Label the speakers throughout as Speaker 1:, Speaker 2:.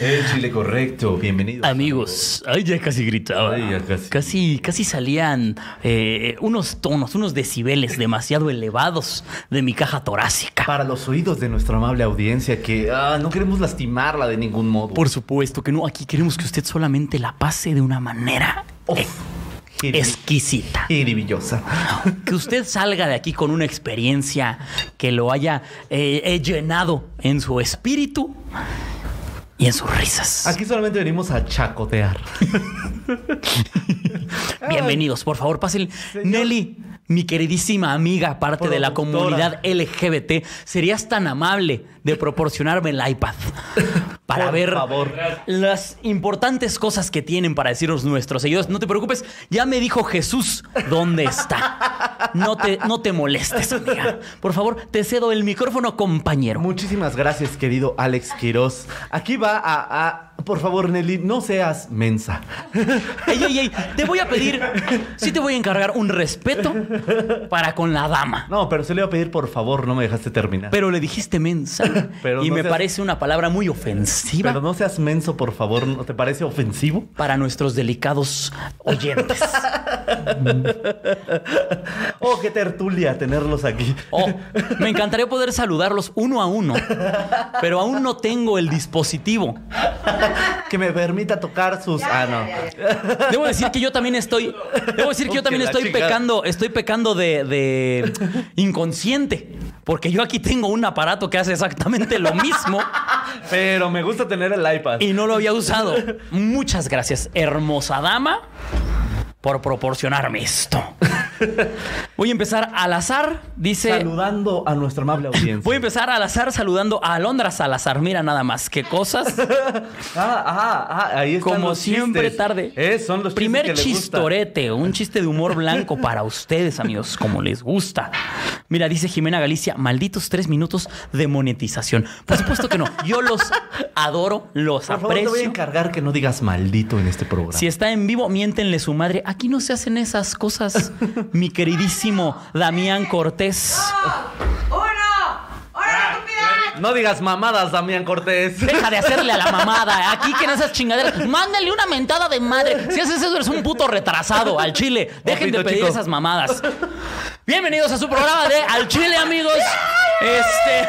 Speaker 1: El chile correcto, bienvenido.
Speaker 2: Amigos, ay, ya casi gritaba.
Speaker 1: Ay, ya casi.
Speaker 2: casi. casi salían eh, unos tonos, unos decibeles demasiado elevados de mi caja torácica.
Speaker 1: Para los oídos de nuestra amable audiencia que ah, no queremos lastimarla de ningún modo.
Speaker 2: Por supuesto que no, aquí queremos que usted solamente la pase de una manera eh,
Speaker 1: Jiribi-
Speaker 2: exquisita.
Speaker 1: jiribillosa.
Speaker 2: Que usted salga de aquí con una experiencia que lo haya eh, eh, llenado en su espíritu y en sus risas.
Speaker 1: Aquí solamente venimos a chacotear.
Speaker 2: Bienvenidos, por favor, pasen.
Speaker 1: Ah. Señor.
Speaker 2: Nelly, mi queridísima amiga, parte de la comunidad
Speaker 1: Productora.
Speaker 2: LGBT, ¿serías tan amable de proporcionarme el iPad para
Speaker 1: Por
Speaker 2: ver
Speaker 1: favor.
Speaker 2: las importantes cosas que tienen para decirnos nuestros seguidores? No te preocupes, ya me dijo Jesús dónde está. No te, no te molestes, amiga. Por favor, te cedo el micrófono, compañero.
Speaker 1: Muchísimas gracias, querido Alex Quiroz. Aquí va a, a- Por favor, Nelly, no seas mensa.
Speaker 2: Ey, ey, ey, te voy a pedir, sí te voy a encargar un respeto para con la dama.
Speaker 1: No, pero se le iba a pedir, por favor, no me dejaste terminar.
Speaker 2: Pero le dijiste mensa.
Speaker 1: Pero
Speaker 2: y
Speaker 1: no
Speaker 2: me
Speaker 1: seas-
Speaker 2: parece una palabra muy ofensiva
Speaker 1: Pero no seas menso, por favor. ¿No te parece ofensivo?
Speaker 2: para nuestros delicados oyentes.
Speaker 1: Oh, qué tertulia tenerlos aquí.
Speaker 2: Oh, me encantaría poder saludarlos uno a uno, pero aún no tengo el dispositivo.
Speaker 1: Que me permita tocar sus. Ah, no.
Speaker 2: Debo decir que yo también estoy. Debo decir que yo
Speaker 1: Oh,
Speaker 2: también
Speaker 1: que la
Speaker 2: estoy
Speaker 1: chingada.
Speaker 2: pecando. Estoy pecando de, de inconsciente. Porque yo aquí tengo un aparato que hace exactamente lo mismo
Speaker 1: Pero me gusta tener el iPad.
Speaker 2: y no lo había usado. Muchas gracias, hermosa dama, por proporcionarme esto. Voy a empezar al azar, dice.
Speaker 1: Saludando a nuestra amable audiencia.
Speaker 2: Voy a empezar al azar saludando a Alondra Salazar. Mira nada más, qué cosas.
Speaker 1: Ah, ah, ah, ahí están
Speaker 2: Como
Speaker 1: los
Speaker 2: siempre,
Speaker 1: chistes.
Speaker 2: tarde.
Speaker 1: Eh, son los
Speaker 2: Primer
Speaker 1: chistes que le gusta.
Speaker 2: chistorete, un chiste de humor blanco para ustedes, amigos, como les gusta. Mira, dice Jimena Galicia, malditos tres minutos de monetización. Por supuesto que no. Yo los adoro, los
Speaker 1: Por favor, te voy a
Speaker 2: aprecio.
Speaker 1: encargar que no digas maldito en este programa.
Speaker 2: Si está en vivo, miéntenle su madre. Aquí no se hacen esas cosas, mi queridísimo Damián Cortés.
Speaker 1: Ah, No digas mamadas, Damián Cortés.
Speaker 2: Deja de hacerle a la mamada. Aquí que no esas chingaderas. Mándale una mentada de madre. Si haces eso, eres un puto retrasado al chile. Dejen de
Speaker 1: Papito
Speaker 2: pedir
Speaker 1: chico.
Speaker 2: esas mamadas. Bienvenidos a su programa de Al Chile, amigos. Este.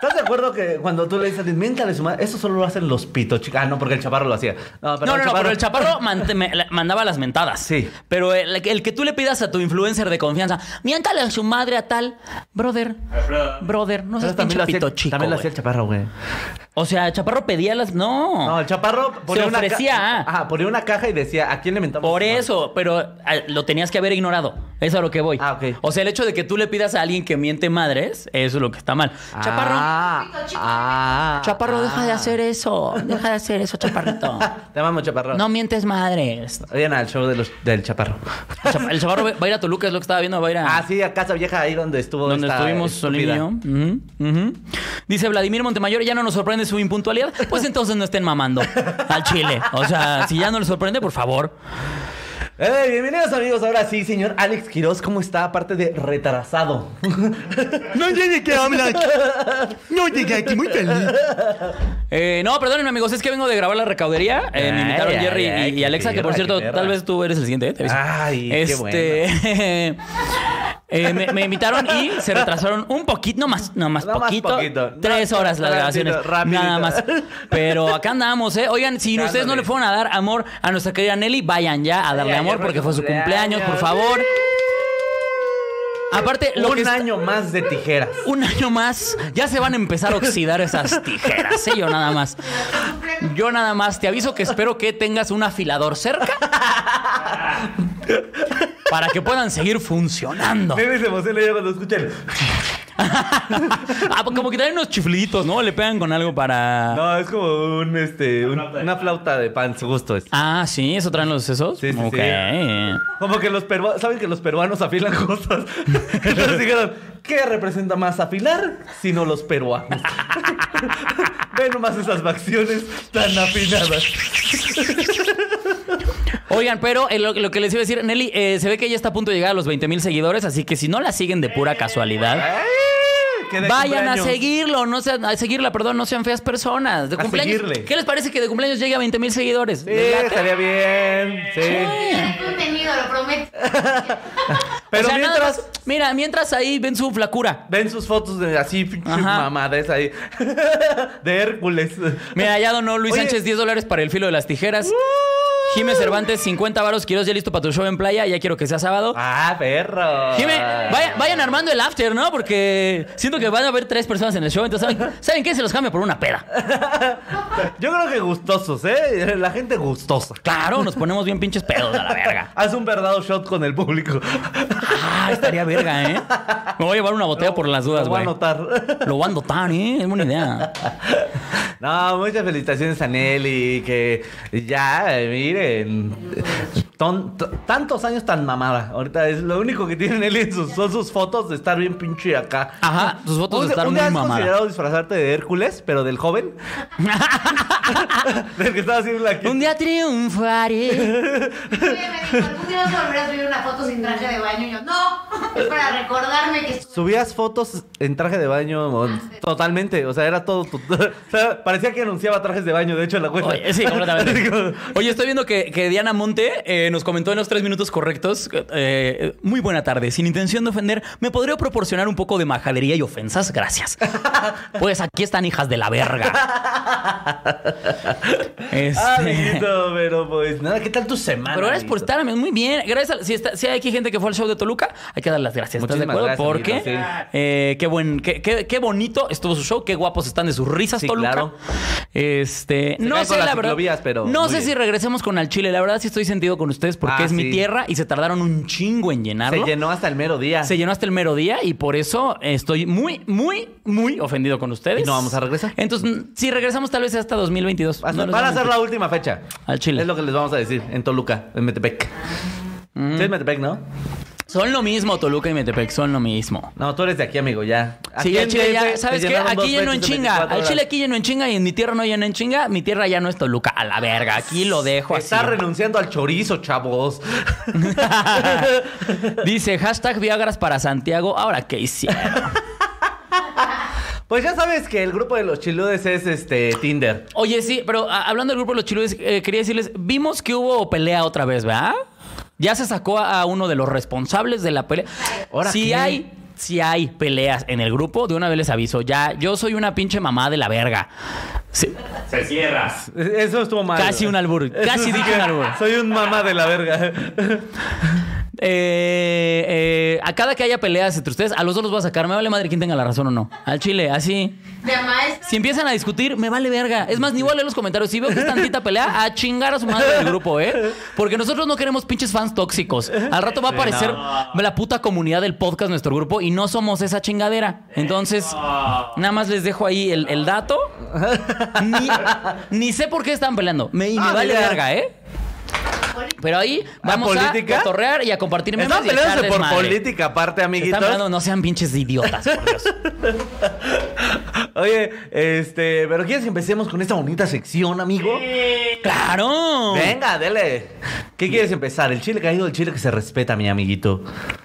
Speaker 1: ¿Estás de acuerdo que cuando tú le dices, miéntale su madre, eso solo lo hacen los pitos, chicos? Ah, no, porque el chaparro lo hacía. No, pero
Speaker 2: no,
Speaker 1: el
Speaker 2: no, no,
Speaker 1: chaparro-
Speaker 2: pero el chaparro mant- me- la- mandaba las mentadas.
Speaker 1: Sí.
Speaker 2: Pero el, el que tú le pidas a tu influencer de confianza, miéntale a su madre a tal. Brother,
Speaker 3: Alfredo.
Speaker 2: brother,
Speaker 1: Pero
Speaker 2: no seas pinche
Speaker 1: lo hacía-
Speaker 2: pito chico.
Speaker 1: también lo
Speaker 2: güey.
Speaker 1: hacía el chaparro, güey.
Speaker 2: O sea, el Chaparro pedía las.
Speaker 1: No, el chaparro ponía una ca-
Speaker 2: ofrecía, ah.
Speaker 1: Ajá, ponía una caja y decía, ¿a quién le mentamos?
Speaker 2: Por
Speaker 1: su madre?"
Speaker 2: eso, pero ah, lo tenías que haber ignorado. Es a lo que voy.
Speaker 1: Ah, ok.
Speaker 2: O sea, el hecho de que tú le pidas a alguien que miente madres, eso es lo que está mal. Chaparro,
Speaker 1: Ah, ah,
Speaker 2: Chaparro,
Speaker 1: ah.
Speaker 2: deja de hacer eso. Deja de hacer eso, Chaparrito.
Speaker 1: Te amamos, chaparro.
Speaker 2: No mientes madres.
Speaker 1: Vayan al show de los- del chaparro.
Speaker 2: El Chap- El Chaparro va va a ir a Toluca, es lo que estaba viendo, va a ir a...
Speaker 1: Ah, sí, a Casa Vieja, ahí donde estuvo
Speaker 2: Donde
Speaker 1: esta
Speaker 2: estuvimos Solín y
Speaker 1: estúpida.
Speaker 2: yo. Ujú, ujú. Dice Vladimir Montemayor, ya no nos sorprende su impuntualidad. Pues entonces no estén mamando al chile. O sea, si ya no les sorprende, por favor.
Speaker 1: Hey, Eh, bienvenidos amigos, ahora sí, señor Alex Quiroz, ¿cómo está? Aparte de retrasado.
Speaker 2: No tiene que hablar.
Speaker 4: No llegué aquí muy feliz.
Speaker 2: Eh, no, perdónenme, amigos, es que vengo de grabar la recaudería. Eh, me
Speaker 1: Ay,
Speaker 2: invitaron
Speaker 1: ay,
Speaker 2: Jerry
Speaker 1: ay,
Speaker 2: y,
Speaker 1: qué
Speaker 2: y Alexa, que por
Speaker 1: perra,
Speaker 2: cierto,
Speaker 1: qué perra.
Speaker 2: tal vez tú eres el siguiente, ¿eh? Te aviso.
Speaker 1: Ay, qué
Speaker 2: este, eh, me, me invitaron y se retrasaron un poquito, no más, no más,
Speaker 1: No más
Speaker 2: poquito,
Speaker 1: poquito. No,
Speaker 2: Tres horas las
Speaker 1: rapidito,
Speaker 2: grabaciones.
Speaker 1: rapidito.
Speaker 2: Nada más. Pero acá andamos, ¿eh? Oigan, si ustedes no
Speaker 1: Dándole.
Speaker 2: le fueron a dar amor a nuestra querida Nelly, vayan ya a darle
Speaker 1: Ay,
Speaker 2: amor
Speaker 1: ayer
Speaker 2: porque fue su cumpleaños, por
Speaker 1: cumpleaños.
Speaker 2: favor. Aparte, lo
Speaker 1: Un
Speaker 2: que está-
Speaker 1: año más de tijeras.
Speaker 2: un año más, ya se van a empezar a oxidar esas tijeras, ¿eh? Yo nada más. Yo nada más te aviso que espero que tengas un afilador cerca para que puedan seguir funcionando.
Speaker 1: ¿eh? Nelly se emociona ya cuando escucha el...
Speaker 2: Ah, como que traen unos chifliditos, ¿no? Le pegan con algo para.
Speaker 1: No, es como un, este, un-
Speaker 3: flauta de
Speaker 1: una
Speaker 3: pan.
Speaker 1: flauta de pan, su gusto es.
Speaker 2: Ah, sí, eso traen los sesos.
Speaker 1: Sí, sí, sí.
Speaker 2: Ok.
Speaker 1: Como que los peruanos, ¿saben que los peruanos afilan cosas? Entonces dijeron, ¿qué representa más afilar? Sino los peruanos. Ve nomás esas facciones tan afinadas.
Speaker 2: Oigan, pero eh, lo, lo que les iba a decir, Nelly, eh, se ve que ya está a punto de llegar a los 20 mil seguidores, así que si no la siguen de pura casualidad,
Speaker 1: ¡Ay! ¡Eh! ¡Qué de
Speaker 2: vayan
Speaker 1: cumpleaños!
Speaker 2: a seguirlo, no sean, a seguirla, perdón, no sean feas personas. De
Speaker 1: A
Speaker 2: cumpleaños.
Speaker 1: seguirle.
Speaker 2: ¿Qué les parece que de cumpleaños llegue a 20 mil seguidores?
Speaker 1: Sí,
Speaker 2: ¿Les late?
Speaker 1: estaría bien. Sí.
Speaker 5: Hay contenido, lo prometo.
Speaker 1: Pero
Speaker 2: O sea, nada
Speaker 1: mientras,
Speaker 2: más- mira, mientras ahí ven su flacura.
Speaker 1: ven sus fotos de así, pinche
Speaker 2: Ajá.
Speaker 1: mamadas ahí. De Hércules.
Speaker 2: Mira, ya donó Luis
Speaker 1: Oye.
Speaker 2: Sánchez 10 dólares para el filo de las tijeras. Jimé Cervantes, 50 varos, Quiroz, ya listo para tu show en playa, ya quiero que sea sábado.
Speaker 1: Ah, perro.
Speaker 2: Jime, vaya- vayan armando el after, ¿no? Porque siento que van a haber tres personas en el show, entonces ¿saben, ¿saben qué? Se los cambio por una peda.
Speaker 1: Yo creo que gustosos, ¿eh? La gente gustosa.
Speaker 2: Claro, nos ponemos bien pinches pedos a la verga.
Speaker 1: Haz un verdadero shot con el público.
Speaker 2: Ah, estaría verga, ¿eh? Me voy a llevar una botella por las dudas,
Speaker 1: Lo voy a
Speaker 2: güey.
Speaker 1: anotar.
Speaker 2: Lo voy a anotar, ¿eh? Es buena idea.
Speaker 1: No, muchas felicitaciones a Nelly. Que ya, eh, miren. ton- t- tantos años tan mamada. Ahorita es lo único que tiene Nelly en sus, son sus fotos de estar bien pinche acá.
Speaker 2: Ajá, sus fotos
Speaker 1: ¿Un-
Speaker 2: de estar
Speaker 1: un
Speaker 2: muy
Speaker 1: día has
Speaker 2: mamada.
Speaker 1: considerado disfrazarte de Hércules, pero del joven? del que estaba haciendo la
Speaker 2: Un día triunfaré.
Speaker 5: Sí, me dijo, algún día vas a volver a subir una foto sin traje de baño. Y yo, no, es para recordarme que estuve.
Speaker 1: Subías fotos en traje de baño o- totalmente, o sea, era todo tu- o sea, parecía que anunciaba trajes de baño, de hecho en la cuenta.
Speaker 2: Oye, sí,
Speaker 1: Así
Speaker 2: completamente.
Speaker 1: como-
Speaker 2: Oye, estoy viendo que, que Diana Monte eh, nos comentó en los tres minutos correctos. eh, muy buena tarde. Sin intención de ofender, ¿me podría proporcionar un poco de majadería y ofensas? Gracias. Pues aquí están hijas de la verga. Este-
Speaker 1: Ah, amiguito, pero pues nada, ¿qué tal tu semana?
Speaker 2: Pero gracias por
Speaker 1: amiguito?
Speaker 2: estar, amigos. muy bien. Gracias. a- si, está- si hay aquí gente que fue al show de Toluca, hay que dar las gracias. ¿Estás de
Speaker 1: Muchísimas
Speaker 2: acuerdo?
Speaker 1: gracias,
Speaker 2: Porque
Speaker 1: amiguito, sí.
Speaker 2: eh, qué, buen, qué, qué- qué bonito estuvo su show, qué guapos están de sus risas,
Speaker 1: Sí,
Speaker 2: Toluca.
Speaker 1: claro.
Speaker 2: Este, no
Speaker 1: cae
Speaker 2: sé
Speaker 1: con las
Speaker 2: la verdad.
Speaker 1: ciclovías, pero
Speaker 2: no
Speaker 1: muy
Speaker 2: sé
Speaker 1: bien.
Speaker 2: si regresemos con al Chile. La verdad sí estoy sentido con ustedes porque
Speaker 1: Ah,
Speaker 2: es mi
Speaker 1: sí.
Speaker 2: tierra y se tardaron un chingo en
Speaker 1: Se
Speaker 2: llenarlo.
Speaker 1: llenó hasta el mero día.
Speaker 2: Se llenó hasta el mero día y por eso estoy muy, muy, muy ofendido con ustedes.
Speaker 1: ¿Y no vamos a regresar?
Speaker 2: Entonces, mm, si regresamos tal vez hasta 2022.
Speaker 1: Hasta-
Speaker 2: No les
Speaker 1: van a
Speaker 2: voy
Speaker 1: ser
Speaker 2: mentir.
Speaker 1: la última fecha.
Speaker 2: Al Chile.
Speaker 1: Es lo que les vamos a decir en Toluca, en Metepec.
Speaker 2: Mm.
Speaker 1: Sí, en Metepec, ¿no?
Speaker 2: Son lo mismo Toluca y Metepec, son lo mismo.
Speaker 1: No, tú eres de aquí, amigo, ya.
Speaker 2: Sí,
Speaker 1: Aquí
Speaker 2: al
Speaker 1: en
Speaker 2: Chile
Speaker 1: DF
Speaker 2: ya,
Speaker 1: te
Speaker 2: ¿sabes qué?
Speaker 1: llenaron dos
Speaker 2: Aquí lleno en
Speaker 1: fechas de
Speaker 2: chinga.
Speaker 1: 24
Speaker 2: Al Chile
Speaker 1: horas.
Speaker 2: aquí lleno en chinga y en mi tierra no lleno en chinga. Mi tierra ya no es Toluca. A la verga, aquí lo dejo así.
Speaker 1: Está renunciando al chorizo, chavos.
Speaker 2: Dice hashtag Viagras para Santiago. Ahora, ¿qué hicieron?
Speaker 1: Pues ya sabes que el grupo de los chiludes es este Tinder.
Speaker 2: Oye, sí, pero a- hablando del grupo de los chiludes, eh, quería decirles, vimos que hubo pelea otra vez, ¿verdad? Ya se sacó a, a uno de los responsables de la pelea.
Speaker 1: ¿Ahora
Speaker 2: si
Speaker 1: qué?
Speaker 2: hay, si hay peleas en el grupo, de una vez les aviso, ya, yo soy una pinche mamá de la verga. Sí,
Speaker 3: Se cierras.
Speaker 1: Eso estuvo mal.
Speaker 2: Casi un albur,
Speaker 1: Eso
Speaker 2: casi
Speaker 1: sí
Speaker 2: dije
Speaker 1: que
Speaker 2: un albur.
Speaker 1: Soy un mamá de la verga.
Speaker 2: Eh, eh, a cada que haya peleas entre ustedes, a los dos los voy a sacar. Me vale madre quién tenga la razón o no. Al chile, así.
Speaker 5: De maestra.
Speaker 2: Si empiezan a discutir, me vale verga. Es más, ni voy a leer los comentarios. Si veo que es tantita pelea, a chingar a su madre del grupo, ¿eh? Porque nosotros no queremos pinches fans tóxicos. Al rato va a aparecer la puta comunidad del podcast, nuestro grupo, y no somos esa chingadera. Entonces, nada más les dejo ahí el, el dato. Ni, ni sé por qué están peleando. Me, y me
Speaker 1: Ah,
Speaker 2: vale
Speaker 1: mira.
Speaker 2: verga, ¿eh? Pero ahí
Speaker 1: ¿Ah,
Speaker 2: vamos a
Speaker 1: política?
Speaker 2: cotorrear y a compartir memes
Speaker 1: Están
Speaker 2: y a echar
Speaker 1: peleándose por
Speaker 2: desmadre.
Speaker 1: política aparte,
Speaker 2: Están
Speaker 1: amiguitos.
Speaker 2: peleando, no sean pinches idiotas, por Dios.
Speaker 1: Oye, este, pero ¿quieres que empecemos con esta bonita sección, amigo?
Speaker 2: ¡Claro!
Speaker 1: Venga, dele. ¿Qué quieres empezar? El chile caído, el chile que se respeta, mi amiguito.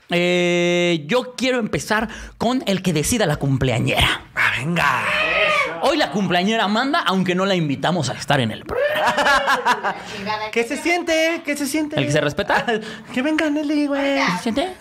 Speaker 2: Eh, yo quiero empezar con el que decida la cumpleañera.
Speaker 1: Ah, venga.
Speaker 2: Hoy la cumpleañera manda, aunque no la invitamos a estar en el programa.
Speaker 5: Chingada.
Speaker 1: ¿Qué se siente? ¿Qué se siente?
Speaker 2: ¿El que se respeta?
Speaker 1: Que venga Nelly, güey.
Speaker 2: ¿Siente?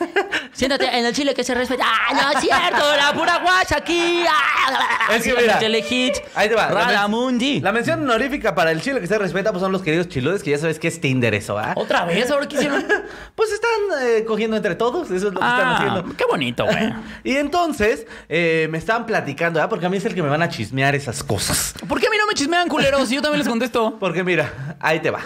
Speaker 2: Siéntate en el chile que se respeta. ¡Ah, no es cierto! ¡La pura guacha aquí! ¡Ah!
Speaker 1: Es que mira,
Speaker 2: Telehit,
Speaker 1: Ahí te va. La men-
Speaker 2: Radamundi.
Speaker 1: La mención honorífica para el chile que se respeta pues son los queridos chiludes que ya sabes que es Tinder eso, ¿ah?
Speaker 2: ¿Otra vez? ¿Ahora qué hicieron?
Speaker 1: Pues están eh, cogiendo entre todos, eso es lo que están
Speaker 2: Ah,
Speaker 1: haciendo.
Speaker 2: qué bonito, güey.
Speaker 1: Y entonces eh, me estaban platicando, ¿ah? Porque a mí es el que me van a chismear esas cosas.
Speaker 2: ¿Por qué a mí no me chismean culeros? Y yo también les contesto.
Speaker 1: Porque mira, ahí te va.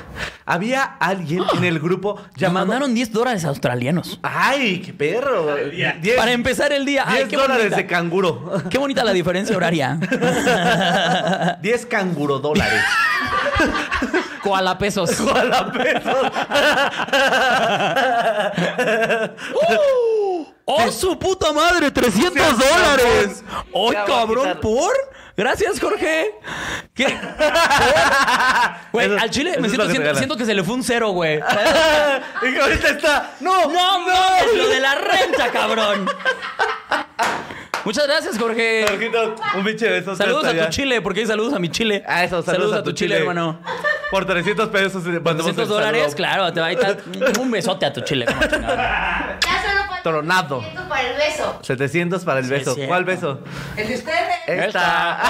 Speaker 1: Había alguien en el grupo
Speaker 2: Nos
Speaker 1: llamado.
Speaker 2: mandaron 10 dólares australianos.
Speaker 1: ¡Ay, qué perro!
Speaker 3: día.
Speaker 1: Diez-
Speaker 2: Para empezar el día. Ay,
Speaker 1: diez
Speaker 2: qué
Speaker 1: dólares
Speaker 2: bonita.
Speaker 1: de canguro.
Speaker 2: Qué bonita la diferencia horaria.
Speaker 1: 10 canguro dólares.
Speaker 2: Koala pesos. ¡Oh, su puta madre! ¡300 dólares! ¡Oh,
Speaker 1: Ya voy a
Speaker 2: cabrón!
Speaker 1: quitar.
Speaker 2: ¿Por? Gracias, Jorge. ¿Qué? ¿Por? Güey,
Speaker 1: Eso-
Speaker 2: al chile
Speaker 1: eso
Speaker 2: me
Speaker 1: es lo
Speaker 2: siento,
Speaker 1: que
Speaker 2: siento-
Speaker 1: regalan.
Speaker 2: siento que se le fue un cero, güey.
Speaker 1: y que ahorita está. ¡No!
Speaker 2: ¡No mames! ¡Lo de la renta, cabrón! Muchas gracias, Jorge.
Speaker 1: Jorgito, un pinche beso.
Speaker 2: Saludos
Speaker 1: hasta
Speaker 2: a tu
Speaker 1: allá.
Speaker 2: chile, porque hay saludos a mi chile.
Speaker 1: Ah, eso,
Speaker 2: saludos, a tu chile, hermano.
Speaker 1: Por 300 pesos. eh, mandamos
Speaker 2: 200
Speaker 1: el
Speaker 2: dólares,
Speaker 1: saludo.
Speaker 2: claro. Te va a dar un besote a tu chile. como chingada.
Speaker 5: Ya solo faltan
Speaker 1: Tronado.
Speaker 5: 700 para el
Speaker 1: 700
Speaker 5: beso.
Speaker 1: para el beso.
Speaker 2: Sí, es cierto.
Speaker 1: ¿Cuál beso?
Speaker 5: El de ustedes.
Speaker 1: Eh, Esta.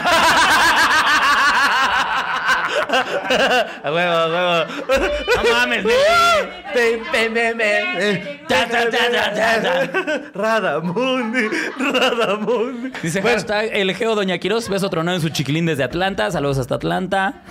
Speaker 1: A huevo, a huevo.
Speaker 2: No mames, nene.
Speaker 1: Pe- pe- me- me-
Speaker 2: Ta, ta, ta, ta, ta,
Speaker 1: Radamundi, Radamundi.
Speaker 2: Dice
Speaker 1: Bueno,
Speaker 2: hashtag el geo Doña Quiroz, beso tronado en su chiquilín desde Atlanta. Saludos hasta Atlanta.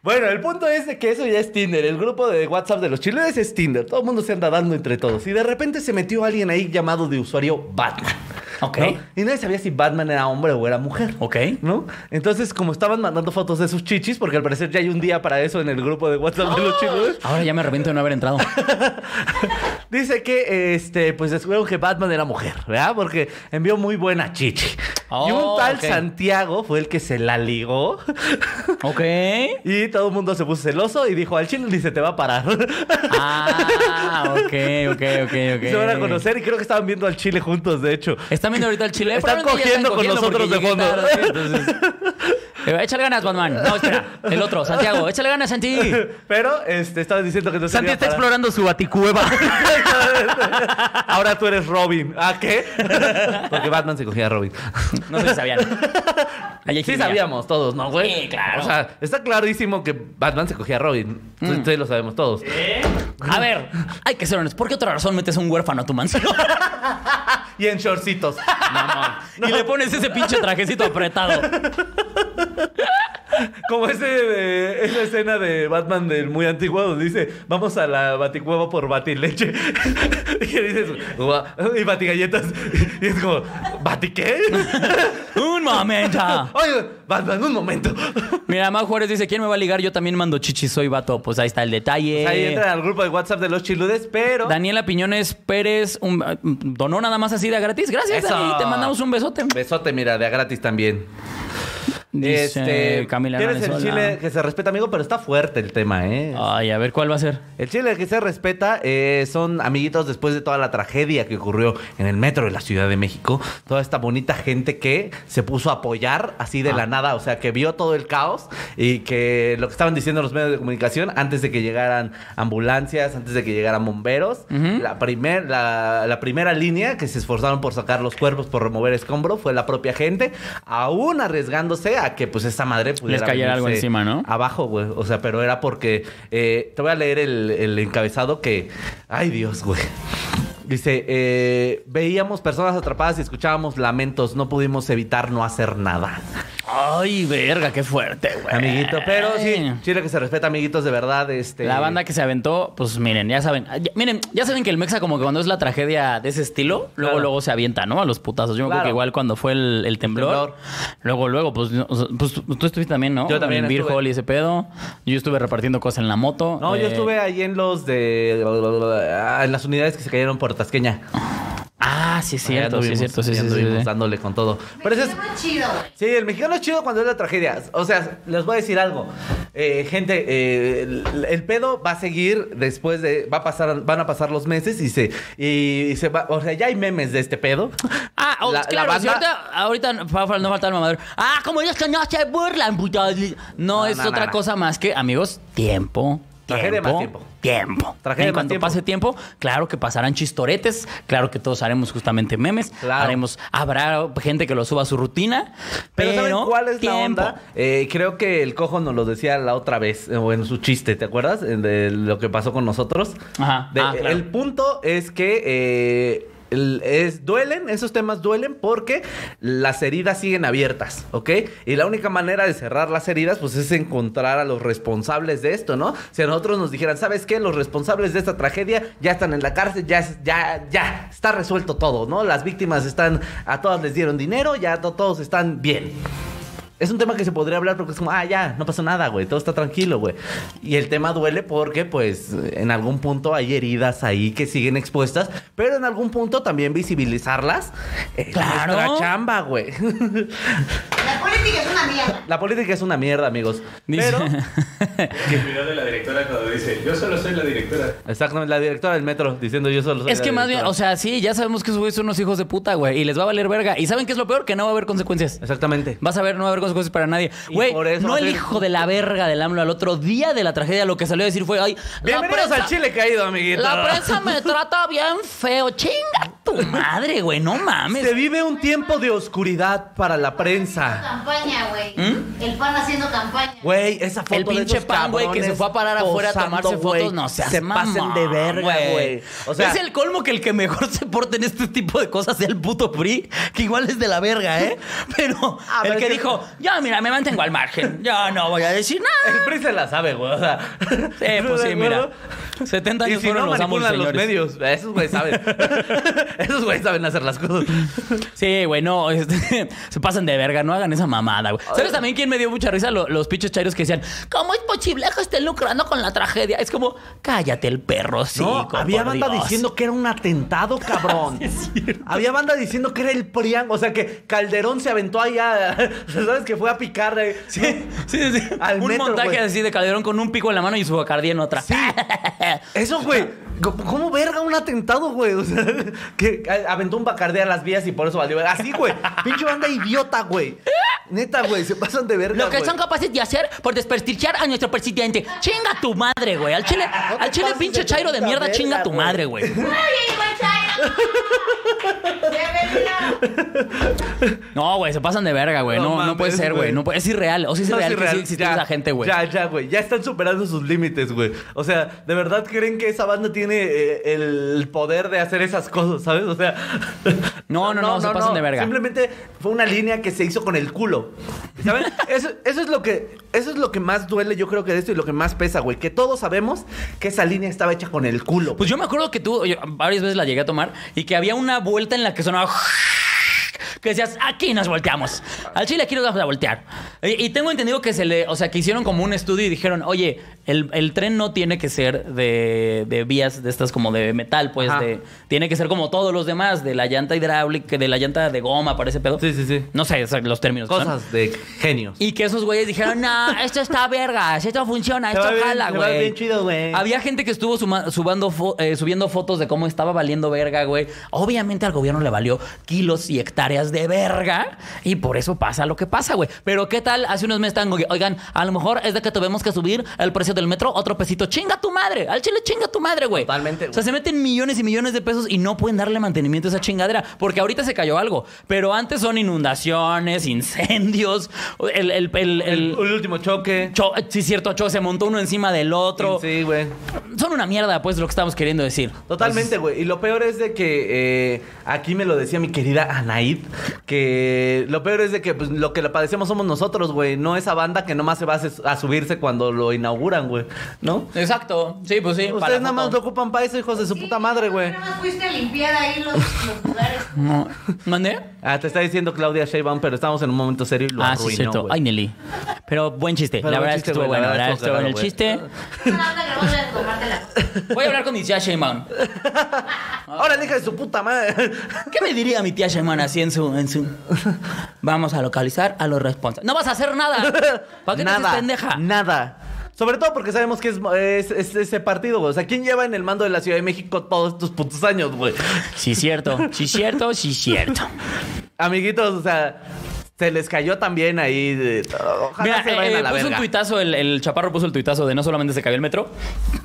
Speaker 1: Bueno, el punto es de que eso ya es Tinder. El grupo de WhatsApp de los chilenos es Tinder. Todo el mundo se anda dando entre todos. Y de repente se metió alguien ahí llamado de usuario Batman.
Speaker 2: Ok.
Speaker 1: ¿no? Y nadie sabía si Batman era hombre o era mujer.
Speaker 2: Ok.
Speaker 1: ¿No? Entonces, como estaban mandando fotos de sus chichis, porque al parecer ya hay un día para eso en el grupo de WhatsApp de
Speaker 2: ¡Oh!
Speaker 1: los chilenos,
Speaker 2: Ahora ya me arrepiento de no haber entrado.
Speaker 1: dice que, este, pues descubrieron que Batman era mujer, ¿verdad? Porque envió muy buena chichi. y
Speaker 2: Oh,
Speaker 1: un tal
Speaker 2: ok.
Speaker 1: Santiago fue el que se la ligó.
Speaker 2: Ok.
Speaker 1: Y todo el mundo se puso celoso y dijo, al chile ni se te va a parar.
Speaker 2: Ah, ok, ok, ok, ok.
Speaker 1: Y se van a conocer y creo que estaban viendo al chile juntos, de hecho.
Speaker 2: Están viendo ahorita el chile.
Speaker 1: Están
Speaker 2: Probablemente ya
Speaker 1: cogiendo con
Speaker 2: cogiendo
Speaker 1: nosotros
Speaker 2: porque
Speaker 1: de
Speaker 2: llegué tarde, entonces. Eh, Échale ganas, Batman. No, espera. El otro, Santiago. Échale ganas, Santi.
Speaker 1: Pero este, estaban diciendo que no se
Speaker 2: Santi
Speaker 1: iba a
Speaker 2: está
Speaker 1: parar.
Speaker 2: explorando su baticueva.
Speaker 1: Ahora tú eres Robin. ¿Ah, qué? Porque Batman se cogía a Robin.
Speaker 2: No sé si sabían. Ayer
Speaker 1: Sí
Speaker 2: quería.
Speaker 1: sabíamos todos, ¿no, güey?
Speaker 2: Sí, claro.
Speaker 1: O sea, está clarísimo que Batman se cogía a Robin. Sí,
Speaker 2: Mm.
Speaker 1: sí, lo sabemos todos.
Speaker 2: Eh. A ver, hay que ser honestos. ¿Por qué otra razón metes a un huérfano a tu mansión?
Speaker 1: Y en shortcitos.
Speaker 2: Y le pones ese pinche trajecito apretado.
Speaker 1: Como ese, eh, esa escena de Batman del muy antiguo donde dice, vamos a la baticueva por batileche. y que dices, "Guau", y batigalletas. Y es como, ¿bati qué?
Speaker 2: Un momento.
Speaker 1: Oye, Batman, un momento.
Speaker 2: Mira, Mau Juárez dice, ¿quién me va a ligar? Yo también mando chichi, soy vato. Pues ahí está el detalle.
Speaker 1: Ahí entran al grupo de WhatsApp de los chiludes, pero...
Speaker 2: Daniela Piñones Pérez un- donó nada más así de a gratis. Gracias,
Speaker 1: Eso.
Speaker 2: Dani. Te mandamos un besote.
Speaker 1: Besote, mira, de a gratis también.
Speaker 2: Dice
Speaker 1: este,
Speaker 2: Camila
Speaker 1: ¿Quieres el
Speaker 2: Hernández, hola.
Speaker 1: chile que se respeta, amigo? Pero está fuerte el tema, ¿eh?
Speaker 2: Ay, a ver, ¿cuál va a ser?
Speaker 1: El chile que se respeta eh, son amiguitos después de toda la tragedia que ocurrió en el metro de la Ciudad de México. Toda esta bonita gente que se puso a apoyar así de
Speaker 2: Ah.
Speaker 1: la nada, o sea, que vio todo el caos y que lo que estaban diciendo los medios de comunicación antes de que llegaran ambulancias, antes de que llegaran bomberos, la, primer, la, la primera línea que se esforzaron por sacar los cuerpos, por remover escombro, fue la propia gente, aún arriesgándose a que pues esta madre pudiera
Speaker 2: cayera algo
Speaker 1: venirse
Speaker 2: encima, ¿no?
Speaker 1: abajo, güey. O sea, pero era porque. eh, te voy a leer el, el encabezado que. Ay, Dios, güey. Dice, eh, veíamos personas atrapadas y escuchábamos lamentos, no pudimos evitar no hacer nada.
Speaker 2: Ay, verga, qué fuerte, güey.
Speaker 1: Amiguito, pero sí, chile que se respeta, amiguitos, de verdad, este...
Speaker 2: La banda que se aventó, pues miren, ya saben, ya- miren, ya saben que el Mexa como que cuando es la tragedia de ese estilo, luego
Speaker 1: Claro.
Speaker 2: luego se avienta, ¿no? A los putazos. Yo me acuerdo
Speaker 1: Claro.
Speaker 2: que igual cuando fue el, el temblor,
Speaker 1: temblor.
Speaker 2: luego luego, pues, no, o sea, pues, tú tú estuviste también, ¿no?
Speaker 1: Yo también
Speaker 2: En Beer
Speaker 1: estuve.
Speaker 2: Hall y ese pedo. Yo estuve repartiendo cosas en la moto.
Speaker 1: No, yo
Speaker 2: Eh,
Speaker 1: estuve ahí en los de... ah, En las unidades que se cayeron por Tasqueña.
Speaker 2: Ah, sí es
Speaker 1: Ahí
Speaker 2: cierto, sí es
Speaker 1: anduvimos,
Speaker 2: cierto, sí,
Speaker 1: ahí
Speaker 2: sí, sí, sí,
Speaker 1: anduvimos
Speaker 2: sí.
Speaker 1: dándole con todo. Pero ese es...
Speaker 5: Muy chido, güey.
Speaker 1: Sí, el mexicano es chido cuando es la tragedia. O sea, les voy a decir algo. Eh, gente, eh, el, el pedo va a seguir después de. Va a pasar, van a pasar los meses y se. Y, se va. O sea, ya hay memes de este pedo.
Speaker 2: Ah, oh,
Speaker 1: La-
Speaker 2: claro,
Speaker 1: la
Speaker 2: si
Speaker 1: banda-
Speaker 2: ahorita, ahorita no fa- fa- no falta el mamador. Ah, como ellos que no se burlan, puta. No,
Speaker 1: No,
Speaker 2: es
Speaker 1: no, no,
Speaker 2: otra
Speaker 1: no.
Speaker 2: cosa más que, amigos, tiempo.
Speaker 1: Tragedia
Speaker 2: tiempo,
Speaker 1: más tiempo.
Speaker 2: Tiempo.
Speaker 1: Tragedia
Speaker 2: en
Speaker 1: más
Speaker 2: cuanto
Speaker 1: tiempo.
Speaker 2: pase tiempo, claro que pasarán chistoretes, claro que todos haremos justamente memes,
Speaker 1: Claro.
Speaker 2: haremos, habrá gente que lo suba a su rutina, pero,
Speaker 1: Pero, ¿saben cuál es la
Speaker 2: tiempo.
Speaker 1: onda? Eh, creo que el cojo nos lo decía la otra vez, eh, o en su chiste, ¿te acuerdas? Eh, De lo que pasó con nosotros.
Speaker 2: Ajá.
Speaker 1: De-
Speaker 2: Ah, claro.
Speaker 1: El punto es que eh, el- es, duelen, esos temas duelen porque las heridas siguen abiertas, ¿ok? Y la única manera de cerrar las heridas, pues es encontrar a los responsables de esto, ¿no? Si a nosotros nos dijeran, ¿sabes qué? Los responsables de esta tragedia ya están en la cárcel, ya, es- ya, ya, está resuelto todo, ¿no? Las víctimas están, a todas les dieron dinero, ya to- todos están bien. Es un tema que se podría hablar porque es como, ah, ya, no pasó nada, güey, todo está tranquilo, güey. Y el tema duele porque, pues, en algún punto hay heridas ahí que siguen expuestas, pero en algún punto también visibilizarlas. es
Speaker 2: Claro.
Speaker 1: nuestra chamba, güey.
Speaker 5: La política es una mierda.
Speaker 1: La política es una mierda, amigos.
Speaker 2: Dice-
Speaker 1: Pero,
Speaker 3: Que cuidado de la directora cuando dice, yo solo soy la directora.
Speaker 1: exactamente, la directora del metro diciendo yo solo soy
Speaker 2: Es
Speaker 1: la
Speaker 2: que más bien,
Speaker 1: directora.
Speaker 2: o sea, sí, ya sabemos que esos güeyes son unos hijos de puta, güey. Y les va a valer verga. ¿Y saben qué es lo peor? Que no va a haber consecuencias.
Speaker 1: Exactamente.
Speaker 2: Vas a ver, no va a haber consecuencias para nadie.
Speaker 1: Y
Speaker 2: Güey,
Speaker 1: por eso
Speaker 2: no
Speaker 1: va a
Speaker 2: el
Speaker 1: ser-
Speaker 2: hijo de la verga del AMLO al otro día de la tragedia lo que salió a decir fue, ay, la
Speaker 1: Bienvenidos
Speaker 2: prensa-
Speaker 1: al Chile caído, amiguito.
Speaker 2: La prensa me trata bien feo. Chinga tu madre, güey. No mames.
Speaker 1: Se vive un tiempo de oscuridad para la prensa.
Speaker 5: Campaña, güey. El pan haciendo campaña.
Speaker 1: ¿Mm? Güey, esa foto
Speaker 2: El pinche
Speaker 1: de esos
Speaker 2: pan, güey, que
Speaker 1: cabrones
Speaker 2: se fue a parar afuera a
Speaker 1: posando,
Speaker 2: tomarse
Speaker 1: güey.
Speaker 2: fotos. No seas
Speaker 1: Se
Speaker 2: mamón,
Speaker 1: pasen de verga, güey. O sea,
Speaker 2: es el colmo que el que mejor se porte en este tipo de cosas sea el puto PRI, que igual es de la verga, ¿eh? Pero el
Speaker 1: pero
Speaker 2: que
Speaker 1: es que-
Speaker 2: dijo, ya, mira, me mantengo al margen. Ya no voy a decir nada.
Speaker 1: el PRI se la sabe, güey. O sea,
Speaker 2: Eh, pues
Speaker 1: ¿estás de
Speaker 2: sí, mira.
Speaker 1: acuerdo?
Speaker 2: 70
Speaker 1: Y
Speaker 2: años
Speaker 1: si
Speaker 2: fueron
Speaker 1: no
Speaker 2: los amos y
Speaker 1: manipulan los
Speaker 2: señores.
Speaker 1: medios, esos güeyes saben. esos güeyes saben hacer las cosas.
Speaker 2: Sí, güey, no, este, se pasan de verga, no hagan esa mamada, güey. ¿Sabes también quién me dio mucha risa? Lo- los pichos chairos que decían, ¿cómo es posible que estén lucrando con la tragedia? Es como, cállate el perro, sí.
Speaker 1: no, había banda diciendo que era un atentado, cabrón. había banda diciendo que era el PRIAN. O sea, que Calderón se aventó allá. ¿Sabes? Que fue a picar. eh,
Speaker 2: Sí, sí, sí.
Speaker 1: Al
Speaker 2: un
Speaker 1: metro,
Speaker 2: montaje
Speaker 1: güey.
Speaker 2: así de Calderón con un pico en la mano y su bacardí en otra.
Speaker 1: Sí. Eso, güey. ¿Cómo cómo verga un atentado, güey? O sea, que a- aventó un bacardé a las vías y por eso valió. verga. Así, güey. Pinche banda idiota, güey. Neta, güey. Se pasan de verga,
Speaker 2: Lo que
Speaker 1: güey.
Speaker 2: son capaces de hacer por desprestigiar a nuestro presidente. Chinga tu madre, güey. Al chile, al chile
Speaker 1: pases
Speaker 2: pinche
Speaker 1: de
Speaker 2: chairo de
Speaker 1: puta
Speaker 2: mierda,
Speaker 1: verga,
Speaker 2: chinga tu
Speaker 1: güey.
Speaker 2: madre, güey.
Speaker 5: ¡Ay, igual Chaira! ¡Bienvenida!
Speaker 2: No, güey, se pasan de verga, güey.
Speaker 1: No
Speaker 2: No, no,
Speaker 1: mames,
Speaker 2: puede ser, güey.
Speaker 1: güey.
Speaker 2: No puede- es irreal. O sea, es
Speaker 1: No,
Speaker 2: irreal
Speaker 1: sí,
Speaker 2: que sí
Speaker 1: real.
Speaker 2: existe
Speaker 1: Ya,
Speaker 2: esa gente, güey.
Speaker 1: Ya, ya, güey. Ya están superando sus límites, güey. O sea, ¿de verdad creen que esa banda tiene eh, el poder de hacer esas cosas, sabes? O sea.
Speaker 2: No, no, no, se pasan de verga.
Speaker 1: Simplemente fue una línea que se hizo con el culo. ¿Saben? Eso, eso es lo que. Eso es lo que más duele, yo creo que de esto y lo que más pesa, güey. Que todos sabemos que esa línea estaba hecha con el culo.
Speaker 2: Pues yo me acuerdo que tú yo varias veces la llegué a tomar y que había una vuelta en la que sonaba que decías, aquí nos volteamos. Al chile aquí nos vamos a voltear. Y, y tengo entendido que se le, o sea, que hicieron como un estudio y dijeron, oye, el, el tren no tiene que ser de, de vías de estas como de metal, pues,
Speaker 1: Ajá.
Speaker 2: de, tiene que ser como todos los demás, de la llanta hidráulica, de la llanta de goma, parece pedo.
Speaker 1: Sí, sí, sí.
Speaker 2: No sé, o sea, los términos. que son.
Speaker 1: Cosas de genios.
Speaker 2: Y que esos güeyes dijeron, no, esto está vergas, esto funciona,
Speaker 1: Se
Speaker 2: esto
Speaker 1: va bien-
Speaker 2: jala,
Speaker 1: se va
Speaker 2: güey.
Speaker 1: bien chido, güey.
Speaker 2: Había gente que estuvo suma- subando fo- eh, subiendo fotos de cómo estaba valiendo verga, güey. Obviamente al gobierno le valió kilos y hectáreas de verga y por eso pasa lo que pasa, güey. Pero ¿qué tal? Hace unos meses tango, oigan, a lo mejor es de que tuvimos que subir el precio del metro otro pesito. Chinga tu madre, al chile chinga tu madre, güey.
Speaker 1: Totalmente,
Speaker 2: O sea,
Speaker 1: güey.
Speaker 2: se meten millones y millones de pesos y no pueden darle mantenimiento a esa chingadera. Porque ahorita se cayó algo. Pero antes son inundaciones, incendios, el, el, el- el-
Speaker 1: el último choque.
Speaker 2: cho- sí, cierto, cho- se montó uno encima del otro.
Speaker 1: Sí, güey.
Speaker 2: Son una mierda, pues, lo que estamos queriendo decir.
Speaker 1: Totalmente, güey. Y lo peor es de que eh, aquí me lo decía mi querida Anaid, que lo peor es de que pues, lo que le padecemos somos nosotros, güey. No esa banda que nomás se va a, ses- a subirse cuando lo inauguran, güey. ¿No?
Speaker 2: Exacto. Sí, pues sí. para
Speaker 1: Ustedes
Speaker 2: la
Speaker 1: nada más lo
Speaker 2: foto.
Speaker 1: ocupan para eso, hijos de su puta madre, güey.
Speaker 5: Nada más fuiste a limpiar ahí los, los lugares.
Speaker 2: No. ¿Mandé?
Speaker 1: Ah, te está diciendo Claudia Sheinbaum, pero estamos en un momento serio y lo
Speaker 2: Ah,
Speaker 1: arruinó,
Speaker 2: sí, cierto.
Speaker 1: güey.
Speaker 2: Ay, Nelly. Pero buen chiste.
Speaker 1: Pero
Speaker 2: la
Speaker 1: buen
Speaker 2: verdad
Speaker 1: chiste,
Speaker 2: es que estuvo
Speaker 1: güey,
Speaker 2: bueno.
Speaker 1: la
Speaker 2: La verdad
Speaker 1: verdad
Speaker 2: estuvo bueno el
Speaker 1: estuvo
Speaker 2: chiste.
Speaker 1: cagado,
Speaker 5: Es una banda que no debe tomarte la
Speaker 2: Voy a hablar con mi tía Sheinbaum.
Speaker 1: Ahora, hija de su puta madre.
Speaker 2: ¿Qué me diría mi tía Sheinbaum así en su, en su... Vamos a localizar a los responsables. No vas a hacer nada. ¿Para qué te haces
Speaker 1: nada,
Speaker 2: pendeja?
Speaker 1: Nada. Sobre todo porque sabemos que es, es- es ese partido, güey. O sea, ¿quién lleva en el mando de la Ciudad de México todos estos putos años, güey?
Speaker 2: Sí, cierto. Sí, cierto. Sí, cierto.
Speaker 1: Amiguitos, o sea, se les cayó también ahí. de- ojalá
Speaker 2: Mira,
Speaker 1: se vayan
Speaker 2: eh,
Speaker 1: a la
Speaker 2: puso
Speaker 1: verga.
Speaker 2: un tuitazo, el, el chaparro puso el tuitazo de no solamente se cayó el metro,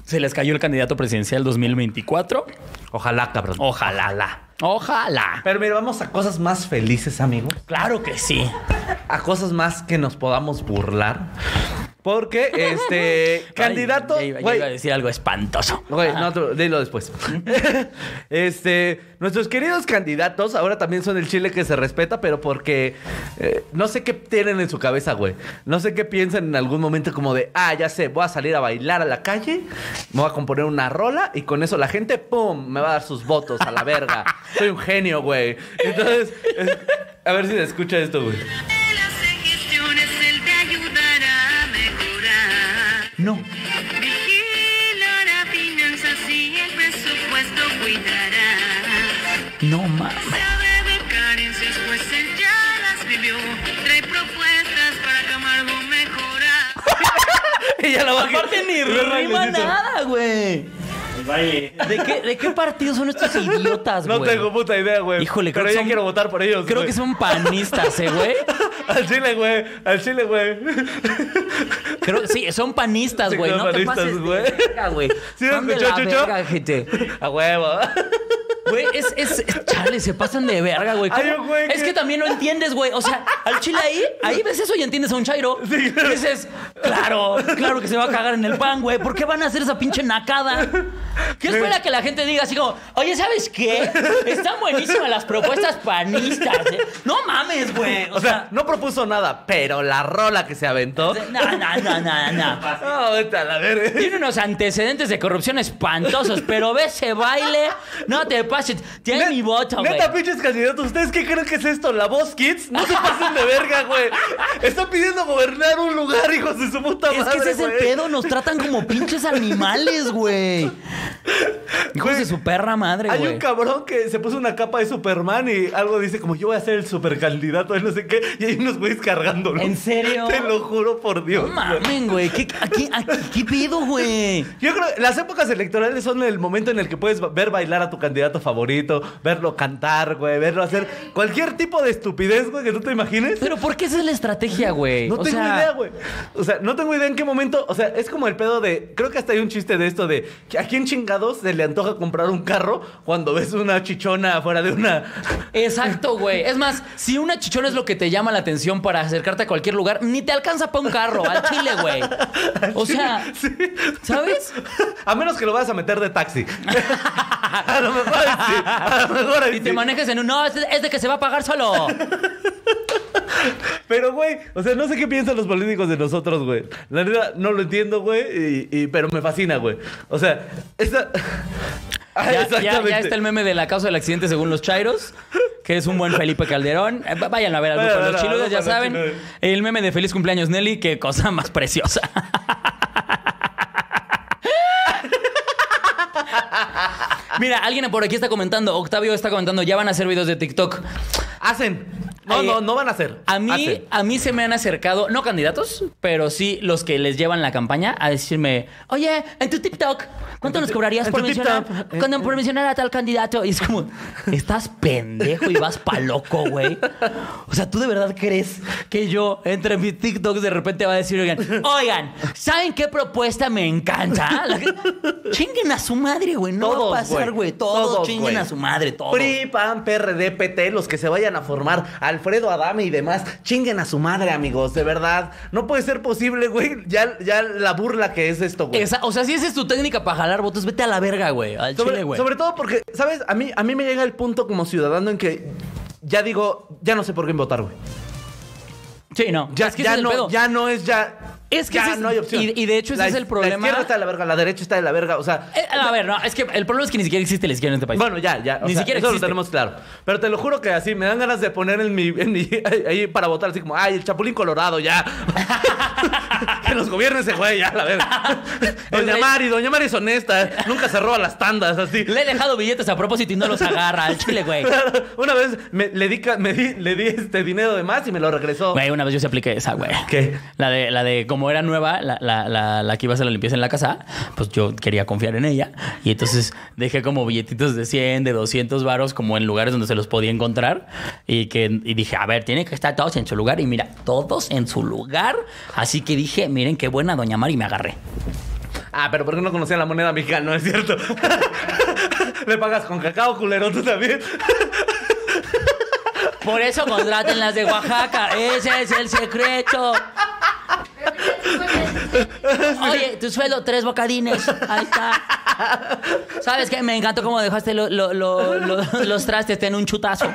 Speaker 2: se les cayó el candidato presidencial 2024.
Speaker 1: Ojalá, cabrón.
Speaker 2: Oh. Ojalá. Ojalá.
Speaker 1: Pero mira, vamos a cosas más felices, amigos.
Speaker 2: Claro que sí.
Speaker 1: A cosas más que nos podamos burlar. Porque, este, candidato...
Speaker 2: Ay, ya iba- ya
Speaker 1: güey,
Speaker 2: iba a decir algo espantoso.
Speaker 1: Güey, no, tú- dilo después. este, nuestros queridos candidatos ahora también son el Chile que se respeta, pero porque eh, no sé qué tienen en su cabeza, güey. No sé qué piensan en algún momento como de, ah, ya sé, voy a salir a bailar a la calle, me voy a componer una rola y con eso la gente, ¡pum!, me va a dar sus votos a la verga. Soy un genio, güey. Entonces, es- a ver si se escucha esto, güey.
Speaker 6: las gestiones él te ayudará a mejorar.
Speaker 2: No.
Speaker 6: Vigilará finanzas y el presupuesto cuidará.
Speaker 2: No mames.
Speaker 6: Sabe de carencias, pues él ya las vivió. Trae propuestas para que algo mejorar.
Speaker 1: Ella la va a-
Speaker 2: Aparte ni
Speaker 1: Rima
Speaker 2: rima
Speaker 1: le hizo.
Speaker 2: nada, güey. ¿De qué, ¿De qué partido son estos idiotas, güey?
Speaker 1: No tengo puta idea, güey.
Speaker 2: Híjole, creo
Speaker 1: pero
Speaker 2: que
Speaker 1: ya
Speaker 2: son-
Speaker 1: quiero votar por ellos.
Speaker 2: Creo
Speaker 1: güey.
Speaker 2: que son panistas, ¿eh, güey?
Speaker 1: Al chile, güey. Al chile, güey.
Speaker 2: Creo, sí, son panistas,
Speaker 1: Sí,
Speaker 2: güey.
Speaker 1: son
Speaker 2: No te
Speaker 1: panistas,
Speaker 2: pases de
Speaker 1: güey.
Speaker 2: verga, güey.
Speaker 1: ¿Sí
Speaker 2: Son de
Speaker 1: escuchó,
Speaker 2: la
Speaker 1: Chucho?
Speaker 2: verga, gente.
Speaker 1: A huevo.
Speaker 2: Güey, es, es, es- chale, se pasan de verga, güey.
Speaker 1: Hay
Speaker 2: ¿Cómo?
Speaker 1: un güey
Speaker 2: Es
Speaker 1: que-
Speaker 2: que también no entiendes, güey. O sea, al chile ahí, ahí ves eso y entiendes a un chairo. Y dices, claro, claro que se va a cagar en el pan, güey. ¿Por qué van a hacer esa pinche nacada? ¿Qué espera que la gente diga así como, oye, ¿sabes qué? Están buenísimas las propuestas panistas. ¿eh? No mames, güey.
Speaker 1: O sea, no propuso nada, pero la rola que se aventó.
Speaker 2: no, no, no, no, no.
Speaker 1: Ah, vete a la verga.
Speaker 2: Tiene unos antecedentes de corrupción espantosos, pero ve ese baile, no te pases. Tiene mi voto, güey.
Speaker 1: Neta, pinches candidatos, ¿ustedes qué creen que es esto? ¿La voz kids? No se pasen de verga, güey. Están pidiendo gobernar un lugar, hijos de su puta
Speaker 2: Es
Speaker 1: madre.
Speaker 2: que ese es el
Speaker 1: güey.
Speaker 2: pedo, nos tratan como pinches animales, güey. Hijos de su perra madre,
Speaker 1: Hay
Speaker 2: güey.
Speaker 1: un cabrón que se puso una capa de Superman y algo dice como yo voy a ser el supercandidato de no sé qué y hay unos güeyes cargándolo.
Speaker 2: ¿En serio?
Speaker 1: Te lo juro por Dios.
Speaker 2: No mamen, güey. ¿Qué, aquí, aquí, ¿Qué pedo, güey?
Speaker 1: Yo creo que las épocas electorales son el momento en el que puedes ver bailar a tu candidato favorito, verlo cantar, güey, verlo hacer cualquier tipo de estupidez, güey, que tú te imagines.
Speaker 2: Pero ¿por qué esa es la estrategia, güey?
Speaker 1: No
Speaker 2: O
Speaker 1: tengo
Speaker 2: sea,
Speaker 1: idea, güey. O sea, no tengo idea en qué momento. O sea, es como el pedo de. Creo que hasta hay un chiste de esto de. ¿A quién chingados se le antoja comprar un carro cuando ves una chichona afuera de una.
Speaker 2: Exacto, güey. Es más, si una chichona es lo que te llama la atención para acercarte a cualquier lugar, ni te alcanza para un carro, al chile, güey. O sea,
Speaker 1: Sí.
Speaker 2: ¿sabes?
Speaker 1: A menos que lo vayas a meter de taxi. a lo mejor ahí sí. A lo mejor ahí
Speaker 2: Y te
Speaker 1: sí.
Speaker 2: manejes en un. No, es de, es de que se va a pagar solo.
Speaker 1: Pero, güey, o sea, no sé qué piensan los políticos de nosotros, güey. La neta, no lo entiendo, güey, y- y- pero me fascina, güey. O sea, esa... Ah,
Speaker 2: Ya, ya- ya
Speaker 1: exactamente.
Speaker 2: está el meme de la causa del accidente según los Chairos, que es un buen Felipe Calderón. Eh, va- Vayan a ver al grupo
Speaker 1: Vayan a
Speaker 2: de
Speaker 1: ver
Speaker 2: los
Speaker 1: al
Speaker 2: chiludes,
Speaker 1: grupo
Speaker 2: ya
Speaker 1: de los
Speaker 2: saben.
Speaker 1: Chiludes.
Speaker 2: El meme de feliz cumpleaños Nelly, qué cosa más preciosa. Mira, alguien por aquí está comentando, Octavio está comentando, ya van a hacer videos de TikTok.
Speaker 1: Hacen. No,
Speaker 2: Eh,
Speaker 1: no, no van a hacer.
Speaker 2: A mí,
Speaker 1: Hacen.
Speaker 2: a mí se me han acercado, no candidatos, pero sí los que les llevan la campaña a decirme, oye, en tu TikTok, ¿cuánto nos cobrarías
Speaker 1: en
Speaker 2: por
Speaker 1: tu
Speaker 2: mencionar,
Speaker 1: TikTok?
Speaker 2: cuando- por mencionar a tal candidato? Y es como, estás pendejo y vas pa' loco, güey. O sea, ¿tú de verdad crees que yo entre mis TikToks de repente va a decir, oigan, oigan, ¿saben qué propuesta me encanta? La que- Chinguen a su madre, güey. No
Speaker 1: Todos,
Speaker 2: va a pasar, güey. Todos, chinguen
Speaker 1: güey.
Speaker 2: a su madre, todos.
Speaker 1: PRI, PAN, PRD, PT, los que se vayan a formar, Alfredo Adame y demás, chinguen a su madre, amigos, de verdad. No puede ser posible, güey, ya, ya la burla que es esto, güey.
Speaker 2: Esa- o sea, si esa es tu técnica para jalar votos, vete a la verga, güey. Al chile,
Speaker 1: Sobre,
Speaker 2: güey.
Speaker 1: sobre todo porque, ¿sabes? A mí, a mí me llega el punto como ciudadano en que ya digo, ya no sé por quién votar, güey.
Speaker 2: Sí, no.
Speaker 1: Ya,
Speaker 2: es que
Speaker 1: ya
Speaker 2: ese es el
Speaker 1: no,
Speaker 2: pedo.
Speaker 1: ya no es ya.
Speaker 2: Es que
Speaker 1: ya
Speaker 2: ese es-
Speaker 1: no hay opción.
Speaker 2: y- y de hecho ese
Speaker 1: La-
Speaker 2: es el problema.
Speaker 1: La izquierda está de la verga, la derecha está de la verga. O sea,
Speaker 2: Eh, a ver, no, es que el problema es que ni siquiera existe la izquierda en este país.
Speaker 1: bueno, ya, ya. o
Speaker 2: Ni
Speaker 1: sea,
Speaker 2: siquiera
Speaker 1: eso lo
Speaker 2: existe.
Speaker 1: tenemos claro. Pero te lo juro que así me dan ganas de poner en mi, en mi ahí para votar así como, ay, el Chapulín Colorado, ya. que nos gobierne ese güey, ya, la verga. Doña
Speaker 2: rey-
Speaker 1: Mari, Doña Mari es honesta, ¿eh? nunca se roba las tandas, así.
Speaker 2: Le he dejado billetes a propósito y no los agarra al chile, güey.
Speaker 1: Una vez me, le, di, ca- me di- le di este dinero de más y me lo regresó.
Speaker 2: Güey, una vez yo se apliqué esa, güey.
Speaker 1: ¿Qué?
Speaker 2: La de, la de, como era nueva, la, la, la, la que iba a hacer la limpieza en la casa, pues yo quería confiar en ella. Y entonces dejé como billetitos de 100, de 200 varos, como en lugares donde se los podía encontrar. Y, que, y dije, a ver, tiene que estar todos en su lugar. Y mira, todos en su lugar. Así que dije, miren qué buena Doña Mari, me agarré.
Speaker 1: Ah, pero ¿por qué no conocían la moneda mexicana? No es cierto. Le pagas con cacao, culero, tú también.
Speaker 2: Por eso contraten las de Oaxaca. Ese es el secreto.
Speaker 5: Pero mira, tú, güey,
Speaker 2: Oye, tu suelo, tres bocadines. Ahí está. ¿Sabes qué? Me encantó cómo dejaste lo- lo- lo- lo- los trastes en un chutazo.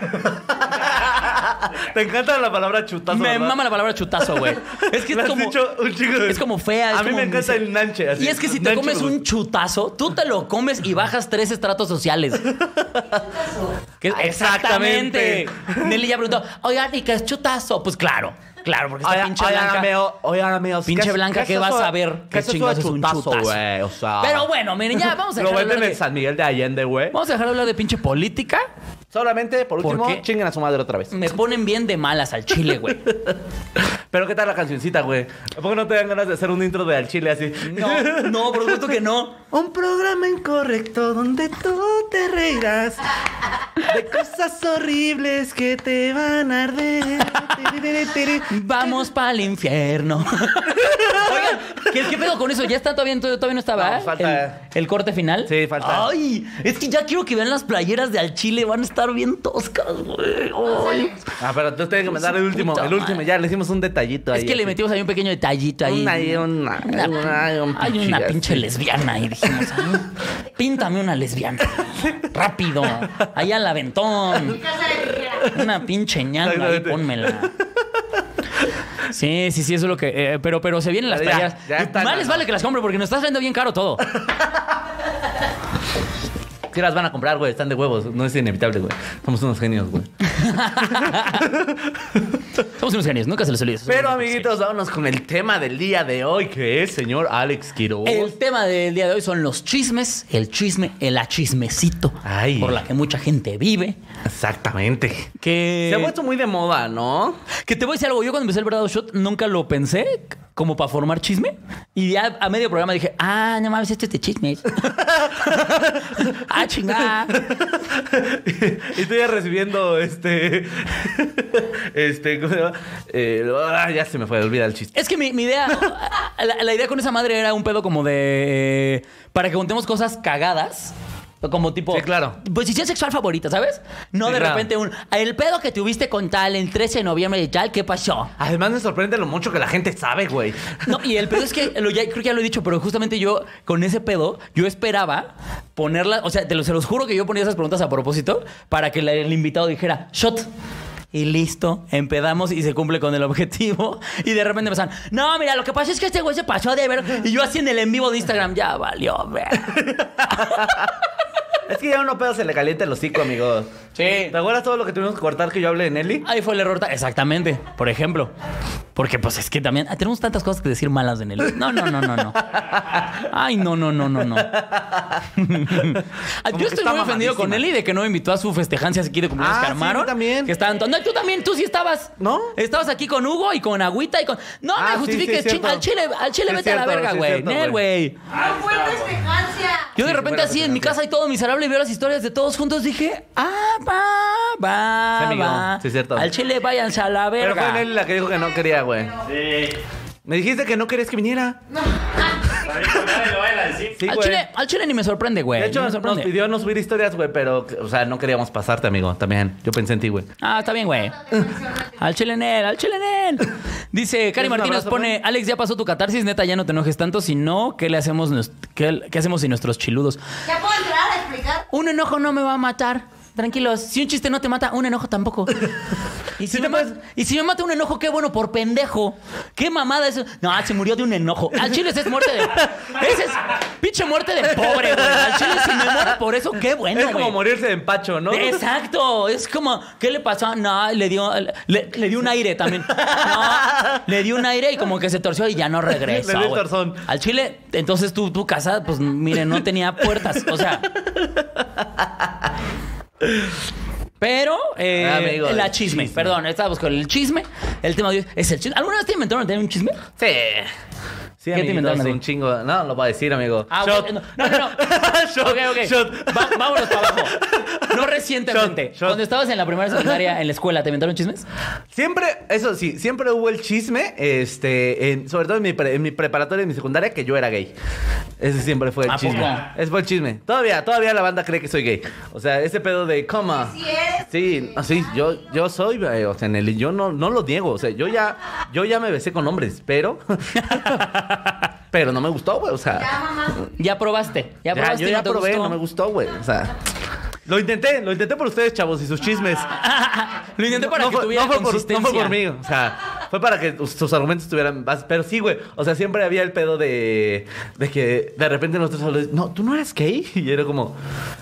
Speaker 1: Te encanta la palabra chutazo.
Speaker 2: Me
Speaker 1: ¿verdad?
Speaker 2: mama la palabra chutazo, güey. Es que
Speaker 1: La
Speaker 2: es
Speaker 1: has
Speaker 2: como.
Speaker 1: dicho un chingo de-
Speaker 2: Es como fea. es
Speaker 1: A mí
Speaker 2: como-
Speaker 1: me encanta el nanche. así.
Speaker 2: Y es que si te
Speaker 1: Nanche
Speaker 2: comes
Speaker 1: me gusta.
Speaker 2: un chutazo, tú te lo comes y bajas tres estratos sociales. Que-
Speaker 1: Exactamente.
Speaker 2: Nelly ya preguntó, oigan, ¿y qué es chutazo? Pues claro, claro, porque esta
Speaker 1: Oiga,
Speaker 2: pinche
Speaker 1: oiga,
Speaker 2: blanca.
Speaker 1: meo, oiga, meo,
Speaker 2: Pinche
Speaker 1: ¿qué-
Speaker 2: blanca, ¿qué
Speaker 1: es
Speaker 2: vas
Speaker 1: eso-
Speaker 2: a ver?
Speaker 1: ¿Qué es eso
Speaker 2: chingados
Speaker 1: de chutazo, güey? O sea,
Speaker 2: Pero bueno, miren, ya vamos a
Speaker 1: Lo
Speaker 2: dejar de hablar
Speaker 1: venden en
Speaker 2: de-
Speaker 1: San Miguel de Allende, güey.
Speaker 2: Vamos a dejar de hablar de pinche política.
Speaker 1: Solamente, por
Speaker 2: ¿Por
Speaker 1: último,
Speaker 2: qué? Mm.
Speaker 1: chinguen a su madre otra vez.
Speaker 2: Me ponen bien de malas al chile, güey.
Speaker 1: Pero ¿qué tal la cancioncita, güey? ¿A poco no te dan ganas de hacer un intro de Al Chile así?
Speaker 2: No, no, por supuesto que no.
Speaker 1: Un programa incorrecto donde tú te reirás de cosas horribles que te van a arder.
Speaker 2: Vamos para el infierno. Oigan, ¿qué, qué pedo con eso? ¿Ya está todavía, todavía no estaba
Speaker 1: No, falta-
Speaker 2: ¿eh? el, el corte final?
Speaker 1: Sí, falta.
Speaker 2: Ay, es que ya quiero que vean las playeras de al chile. Van a estar bien toscas, güey. Ay.
Speaker 1: Ah, pero tú tienes que mandar el último,
Speaker 2: Puta
Speaker 1: el último.
Speaker 2: madre.
Speaker 1: Ya le hicimos un detallito ahí.
Speaker 2: Es que le
Speaker 1: así.
Speaker 2: metimos ahí un pequeño detallito ahí.
Speaker 1: Una y una, una y un
Speaker 2: hay una
Speaker 1: pinche-
Speaker 2: pinche lesbiana y dijimos, "Ah, píntame una lesbiana. Rápido. Allá al aventón.
Speaker 5: Casa de tijera.
Speaker 2: Una pinche ñanga ahí,
Speaker 1: Exactamente.
Speaker 2: pónmela. Sí, sí, sí, eso es lo que. eh, pero, pero se vienen las
Speaker 1: Ya,
Speaker 2: playeras.
Speaker 1: ya
Speaker 2: Y
Speaker 1: están,
Speaker 2: Más les
Speaker 1: ¿no?
Speaker 2: vale que las compre porque nos estás vendiendo bien caro todo.
Speaker 1: Sí las van a comprar, güey. Están de huevos. No es inevitable, güey. Somos unos genios, güey.
Speaker 2: Somos unos genios, nunca se les olvide. Somos
Speaker 1: Pero,
Speaker 2: unos
Speaker 1: amiguitos, vámonos con el tema del día de hoy, que es señor Alex Quiroz.
Speaker 2: genios. El tema del día de hoy son los chismes, el chisme, el achismecito,
Speaker 1: Ay.
Speaker 2: por la que mucha gente vive.
Speaker 1: Exactamente.
Speaker 2: Que
Speaker 1: Se ha puesto muy de moda, ¿no?
Speaker 2: Que te voy a decir algo. Yo cuando empecé el verdadero shot nunca lo pensé c- como para formar chisme. Y ya a medio programa dije, ah, no mames, esto es de chismes. ah, chingada.
Speaker 1: y estoy recibiendo este. este, ¿cómo se llama? Eh, ah, ya se me fue, olvida el chiste.
Speaker 2: Es que mi, mi idea, la, la idea con esa madre era un pedo como de. eh, Para que contemos cosas cagadas. Como tipo.
Speaker 1: Sí, claro.
Speaker 2: Posición sexual favorita, ¿sabes? No
Speaker 1: Sí,
Speaker 2: de
Speaker 1: claro.
Speaker 2: repente un. "Ah, El pedo que tuviste con tal el 13 de noviembre de tal, ¿qué pasó?
Speaker 1: Además, me sorprende lo mucho que la gente sabe, güey.
Speaker 2: No, y el pedo es que, lo, ya, creo que ya lo he dicho, pero justamente yo, con ese pedo, yo esperaba ponerla, o sea, te lo, se los juro que yo ponía esas preguntas a propósito para que la- el invitado dijera, shot. Y listo, empedamos y se cumple con el objetivo. Y de repente empiezan, no, mira, lo que pasa es que este güey se pasó de ver. Y yo así en el en vivo de Instagram, ya valió, ver.
Speaker 1: Es que ya uno pedo se le calienta el hocico, amigo.
Speaker 2: Sí. Ah,
Speaker 1: ¿Te acuerdas todo lo que tuvimos que cortar que yo hablé de Nelly?
Speaker 2: Ahí fue el error. ta- Exactamente, por ejemplo. Porque pues es que también ah, tenemos tantas cosas que decir malas en el... No, no, no, no, no. Ay, no, no, no, no, no. Ah,
Speaker 1: Como
Speaker 2: Yo
Speaker 1: que
Speaker 2: estoy
Speaker 1: está
Speaker 2: muy ofendido
Speaker 1: mamadísima.
Speaker 2: con Eli de que no me invitó a su festejancia aquí de cumpleaños
Speaker 1: Ah,
Speaker 2: que
Speaker 1: sí,
Speaker 2: armaron.
Speaker 1: yo también.
Speaker 2: Que estaban... to- No, tú también, tú sí estabas.
Speaker 1: ¿No?
Speaker 2: Estabas aquí con Hugo y con Agüita y con... No,
Speaker 1: Ah,
Speaker 2: me
Speaker 1: sí,
Speaker 2: justifiques.
Speaker 1: sí, es
Speaker 2: chinga, al chile,
Speaker 1: cierto.
Speaker 2: al chile
Speaker 1: Sí, es
Speaker 2: vete a la
Speaker 1: cierto,
Speaker 2: verga,
Speaker 1: sí, es
Speaker 2: güey.
Speaker 1: cierto,
Speaker 2: Nel, güey.
Speaker 5: ¡No fue festejancia!
Speaker 2: Yo de
Speaker 1: Sí, sí,
Speaker 2: repente
Speaker 1: buena
Speaker 2: así en mi
Speaker 1: fotografía.
Speaker 2: casa y todo miserable y veo las historias de todos juntos dije, ah, va, va,
Speaker 1: Sí, amigo.
Speaker 2: va.
Speaker 1: Sí, es cierto.
Speaker 2: Al chile váyanse a la
Speaker 1: Pero fue
Speaker 2: verga.
Speaker 1: Nelly la que dijo que no quería, güey.
Speaker 3: Sí.
Speaker 1: Me dijiste que no querías que viniera.
Speaker 3: Para que nadie lo vaya a decir.
Speaker 1: Sí,
Speaker 2: al,
Speaker 1: güey.
Speaker 2: chile, al chile ni me sorprende, güey.
Speaker 1: De
Speaker 2: ni
Speaker 1: hecho,
Speaker 2: me
Speaker 1: nos
Speaker 2: sorprende.
Speaker 1: pidió no subir historias, güey, pero, o sea, no queríamos pasarte, amigo, también. Yo pensé en ti, güey.
Speaker 2: Ah, está bien, güey. Al chile en él, al chile en él. Dice, Cari
Speaker 1: un
Speaker 2: Martínez
Speaker 1: abrazo,
Speaker 2: pone,
Speaker 1: güey?
Speaker 2: Alex, ya pasó tu catarsis, neta, ya no te enojes tanto, si no, ¿qué le hacemos, nos- qué, qué hacemos sin nuestros chiludos?
Speaker 5: ¿Ya puedo entrar a explicar?
Speaker 2: Un enojo no me va a matar. Tranquilos, si un chiste no te mata, un enojo tampoco. Y si, me ma- y si me mata un enojo, qué bueno por pendejo. Qué mamada eso. No, ah, se murió de un enojo. Al chile esa es muerte de. Esa es pinche muerte de pobre, güey. Al chile si me muero por eso, qué bueno,
Speaker 1: es como
Speaker 2: güey.
Speaker 1: morirse de empacho, ¿no?
Speaker 2: Exacto, es como, ¿qué le pasó? No, le dio, le, le dio un aire también. No, le dio un aire y como que se torció y ya no regresa.
Speaker 1: Le dio el
Speaker 2: güey.
Speaker 1: torzón.
Speaker 2: Al chile, entonces tu, tu casa, pues mire, no tenía puertas, o sea. Pero, eh,
Speaker 1: Ah, amigo,
Speaker 2: la
Speaker 1: el
Speaker 2: chisme,
Speaker 1: chisme.
Speaker 2: perdón, estábamos con el chisme. El tema de hoy es el chisme. ¿Alguna vez te inventaron tener un chisme?
Speaker 1: Sí. Sí,
Speaker 2: te inventaron a ti?
Speaker 1: un chingo. No, lo va a decir, amigo.
Speaker 2: Ah,
Speaker 1: Shot.
Speaker 2: bueno, no, no, no.
Speaker 1: Shot,
Speaker 2: ok, ok.
Speaker 1: shot.
Speaker 2: Va- vámonos para abajo. No recientemente.
Speaker 1: Shot, shot.
Speaker 2: Cuando estabas en la primera secundaria, en la escuela, ¿te inventaron chismes?
Speaker 1: Siempre, eso sí, siempre hubo el chisme, este, en- sobre todo en mi, pre- en mi preparatoria, en mi secundaria, que yo era gay. Ese siempre fue el
Speaker 2: ¿A
Speaker 1: chisme.
Speaker 2: poco?
Speaker 1: Ese fue el chisme. Todavía, todavía la banda cree que soy gay. O sea, ese pedo de coma.
Speaker 5: Sí eres,
Speaker 1: Sí, ah,
Speaker 5: güey.
Speaker 1: sí, yo, yo soy, eh, o sea, Nelly, yo no, no lo niego. O sea, yo ya, yo ya me besé con hombres, pero. Pero no me gustó, güey. O
Speaker 5: Ya,
Speaker 1: sea,
Speaker 5: mamá.
Speaker 2: Ya probaste.
Speaker 1: ya,
Speaker 2: Ya probaste.
Speaker 1: yo
Speaker 2: y
Speaker 1: ya
Speaker 2: no te
Speaker 1: probé,
Speaker 2: gustó.
Speaker 1: no me gustó, güey. O sea, lo intenté, lo intenté por ustedes, chavos, y sus chismes.
Speaker 2: Lo intenté para que
Speaker 1: fue,
Speaker 2: tuviera
Speaker 1: fue por,
Speaker 2: consistencia.
Speaker 1: no fue por mí, o sea, fue para que sus argumentos tuvieran más. Pero sí, güey, o sea, siempre había el pedo de, de que de repente nosotros hablamos, no, tú no eres gay. Y era como,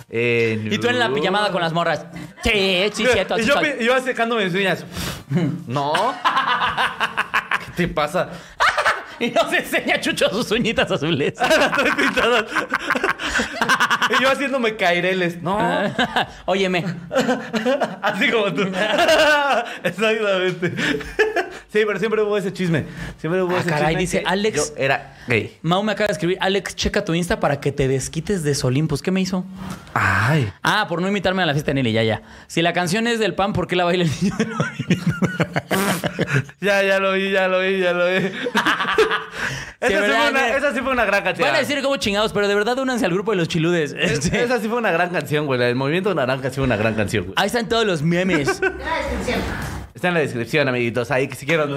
Speaker 1: eh,
Speaker 2: Y tú en la
Speaker 1: no.
Speaker 2: pijamada con las morras. Sí, sí, cierto.
Speaker 1: Y
Speaker 2: sí
Speaker 1: yo,
Speaker 2: soy.
Speaker 1: pi- yo secándome mis uñas. No. ¿Qué te pasa?
Speaker 2: Y nos enseña Chucho sus uñitas azules.
Speaker 1: Las tres pintadas. y yo haciéndome caireles. No.
Speaker 2: Óyeme.
Speaker 1: Así como tú. Exactamente. Sí, pero siempre hubo ese chisme. Siempre hubo
Speaker 2: Ah,
Speaker 1: ese
Speaker 2: caray,
Speaker 1: chisme.
Speaker 2: dice
Speaker 1: que
Speaker 2: Alex-
Speaker 1: Yo era gay.
Speaker 2: Mau me acaba de escribir, Alex, checa tu Insta para que te desquites de Solimpus. ¿Qué me hizo?
Speaker 1: Ay.
Speaker 2: Ah, por no invitarme a la fiesta de Nelly, ya, ya. Si la canción es del pan, ¿por qué la baila el niño? de la orilla?
Speaker 1: Ya, ya lo vi, ya lo vi, ya lo vi. esa, sí
Speaker 2: ¿verdad?
Speaker 1: fue una, esa sí fue una gran canción.
Speaker 2: Van a decir como chingados, pero de verdad únanse al grupo de los chiludes.
Speaker 1: Es-
Speaker 2: Este,
Speaker 1: Esa sí fue una gran canción, güey. La del Movimiento Naranja sí fue una gran canción, güey.
Speaker 2: Ahí están todos los memes.
Speaker 5: Ve la descripción.
Speaker 1: Está en la descripción, amiguitos. Ahí, que si quieren.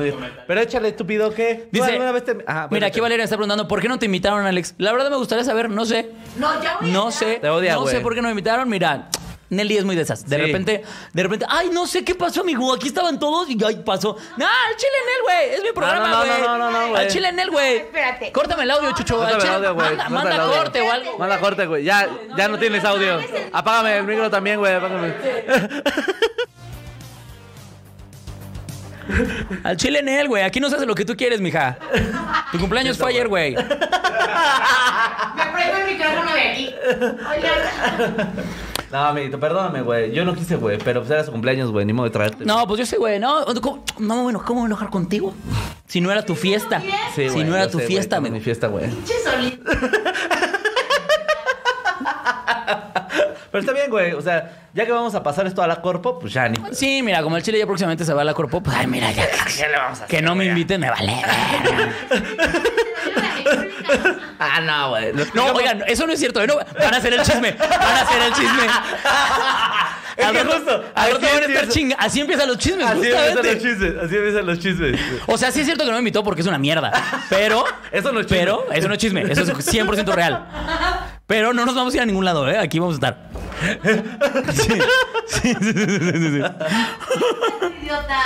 Speaker 1: Pero échale, estúpido, ¿qué? ¿Tú
Speaker 2: Dice,
Speaker 1: alguna vez te- Ah,
Speaker 2: mira,
Speaker 1: bueno,
Speaker 2: aquí Valeria está preguntando, ¿por qué no te invitaron, Alex? La verdad me gustaría saber, no sé.
Speaker 5: No, ya voy a
Speaker 2: No
Speaker 5: entrar.
Speaker 2: sé.
Speaker 1: Te odia,
Speaker 2: no
Speaker 1: güey.
Speaker 2: sé por qué no me invitaron. Mira, Nelly es muy de esas. De
Speaker 1: Sí.
Speaker 2: repente, de repente, ay, no sé qué pasó, amigo. Aquí estaban todos y ay, pasó. No, al chile en él, güey. Es mi
Speaker 1: no,
Speaker 2: programa,
Speaker 1: no,
Speaker 2: güey.
Speaker 1: no, no, no, güey.
Speaker 2: Al chile en él, güey.
Speaker 5: Espérate.
Speaker 2: Córtame el audio, chucho.
Speaker 1: Córtame
Speaker 2: al
Speaker 1: el
Speaker 2: chile,
Speaker 1: audio, güey.
Speaker 2: manda,
Speaker 1: Córtame el
Speaker 2: manda
Speaker 1: audio.
Speaker 2: corte o algo.
Speaker 1: Manda corte, güey. Ya, ya no tienes audio. Apágame el micro también, güey. Apágame.
Speaker 2: Al chile en él, güey. Aquí no se hace lo que tú quieres, mija. Tu cumpleaños fue ayer, güey.
Speaker 5: Me prendo el micrófono de aquí. Oigan.
Speaker 1: No, amiguito, perdóname, güey. Yo no quise, güey. Pero pues era su cumpleaños, güey. Ni modo de traerte.
Speaker 2: No, pues yo sé, güey. No, ¿cómo? no, bueno, ¿cómo me voy a enojar contigo? Si no era tu fiesta.
Speaker 1: Sí,
Speaker 2: si
Speaker 1: güey,
Speaker 2: no era
Speaker 1: yo
Speaker 2: tu
Speaker 1: sé, güey,
Speaker 2: fiesta,
Speaker 1: que no es
Speaker 2: güey.
Speaker 1: Mi fiesta, güey.
Speaker 5: Pinche solito.
Speaker 1: Pero está bien, güey. O sea, ya que vamos a pasar esto a la corpo, pues ya ni.
Speaker 2: Sí, mira, como el chile ya próximamente se va a la corpo, pues, ay, mira, ya. ¿Qué le vamos a Que no me inviten, me vale.
Speaker 1: Ah, no, güey. Lo
Speaker 2: No,
Speaker 1: explicamos-
Speaker 2: oigan, eso no es cierto. ¿eh? No, van a hacer el chisme. Van a hacer el chisme.
Speaker 1: Es
Speaker 2: Al
Speaker 1: que
Speaker 2: rato-
Speaker 1: justo,
Speaker 2: al rato
Speaker 1: así
Speaker 2: van a estar
Speaker 1: empieza-
Speaker 2: chinga. Así empiezan los chismes,
Speaker 1: Así empiezan los
Speaker 2: justamente.
Speaker 1: chismes. Así empiezan los chismes.
Speaker 2: O sea, sí es cierto que no me invitó porque es una mierda. Pero.
Speaker 1: Eso no es chisme.
Speaker 2: Pero, eso no es chisme. Eso es 100% real. Pero no nos vamos a ir a ningún lado, ¿eh? Aquí vamos a estar. Sí. Sí, sí, sí, sí, sí, sí.
Speaker 5: Idiota.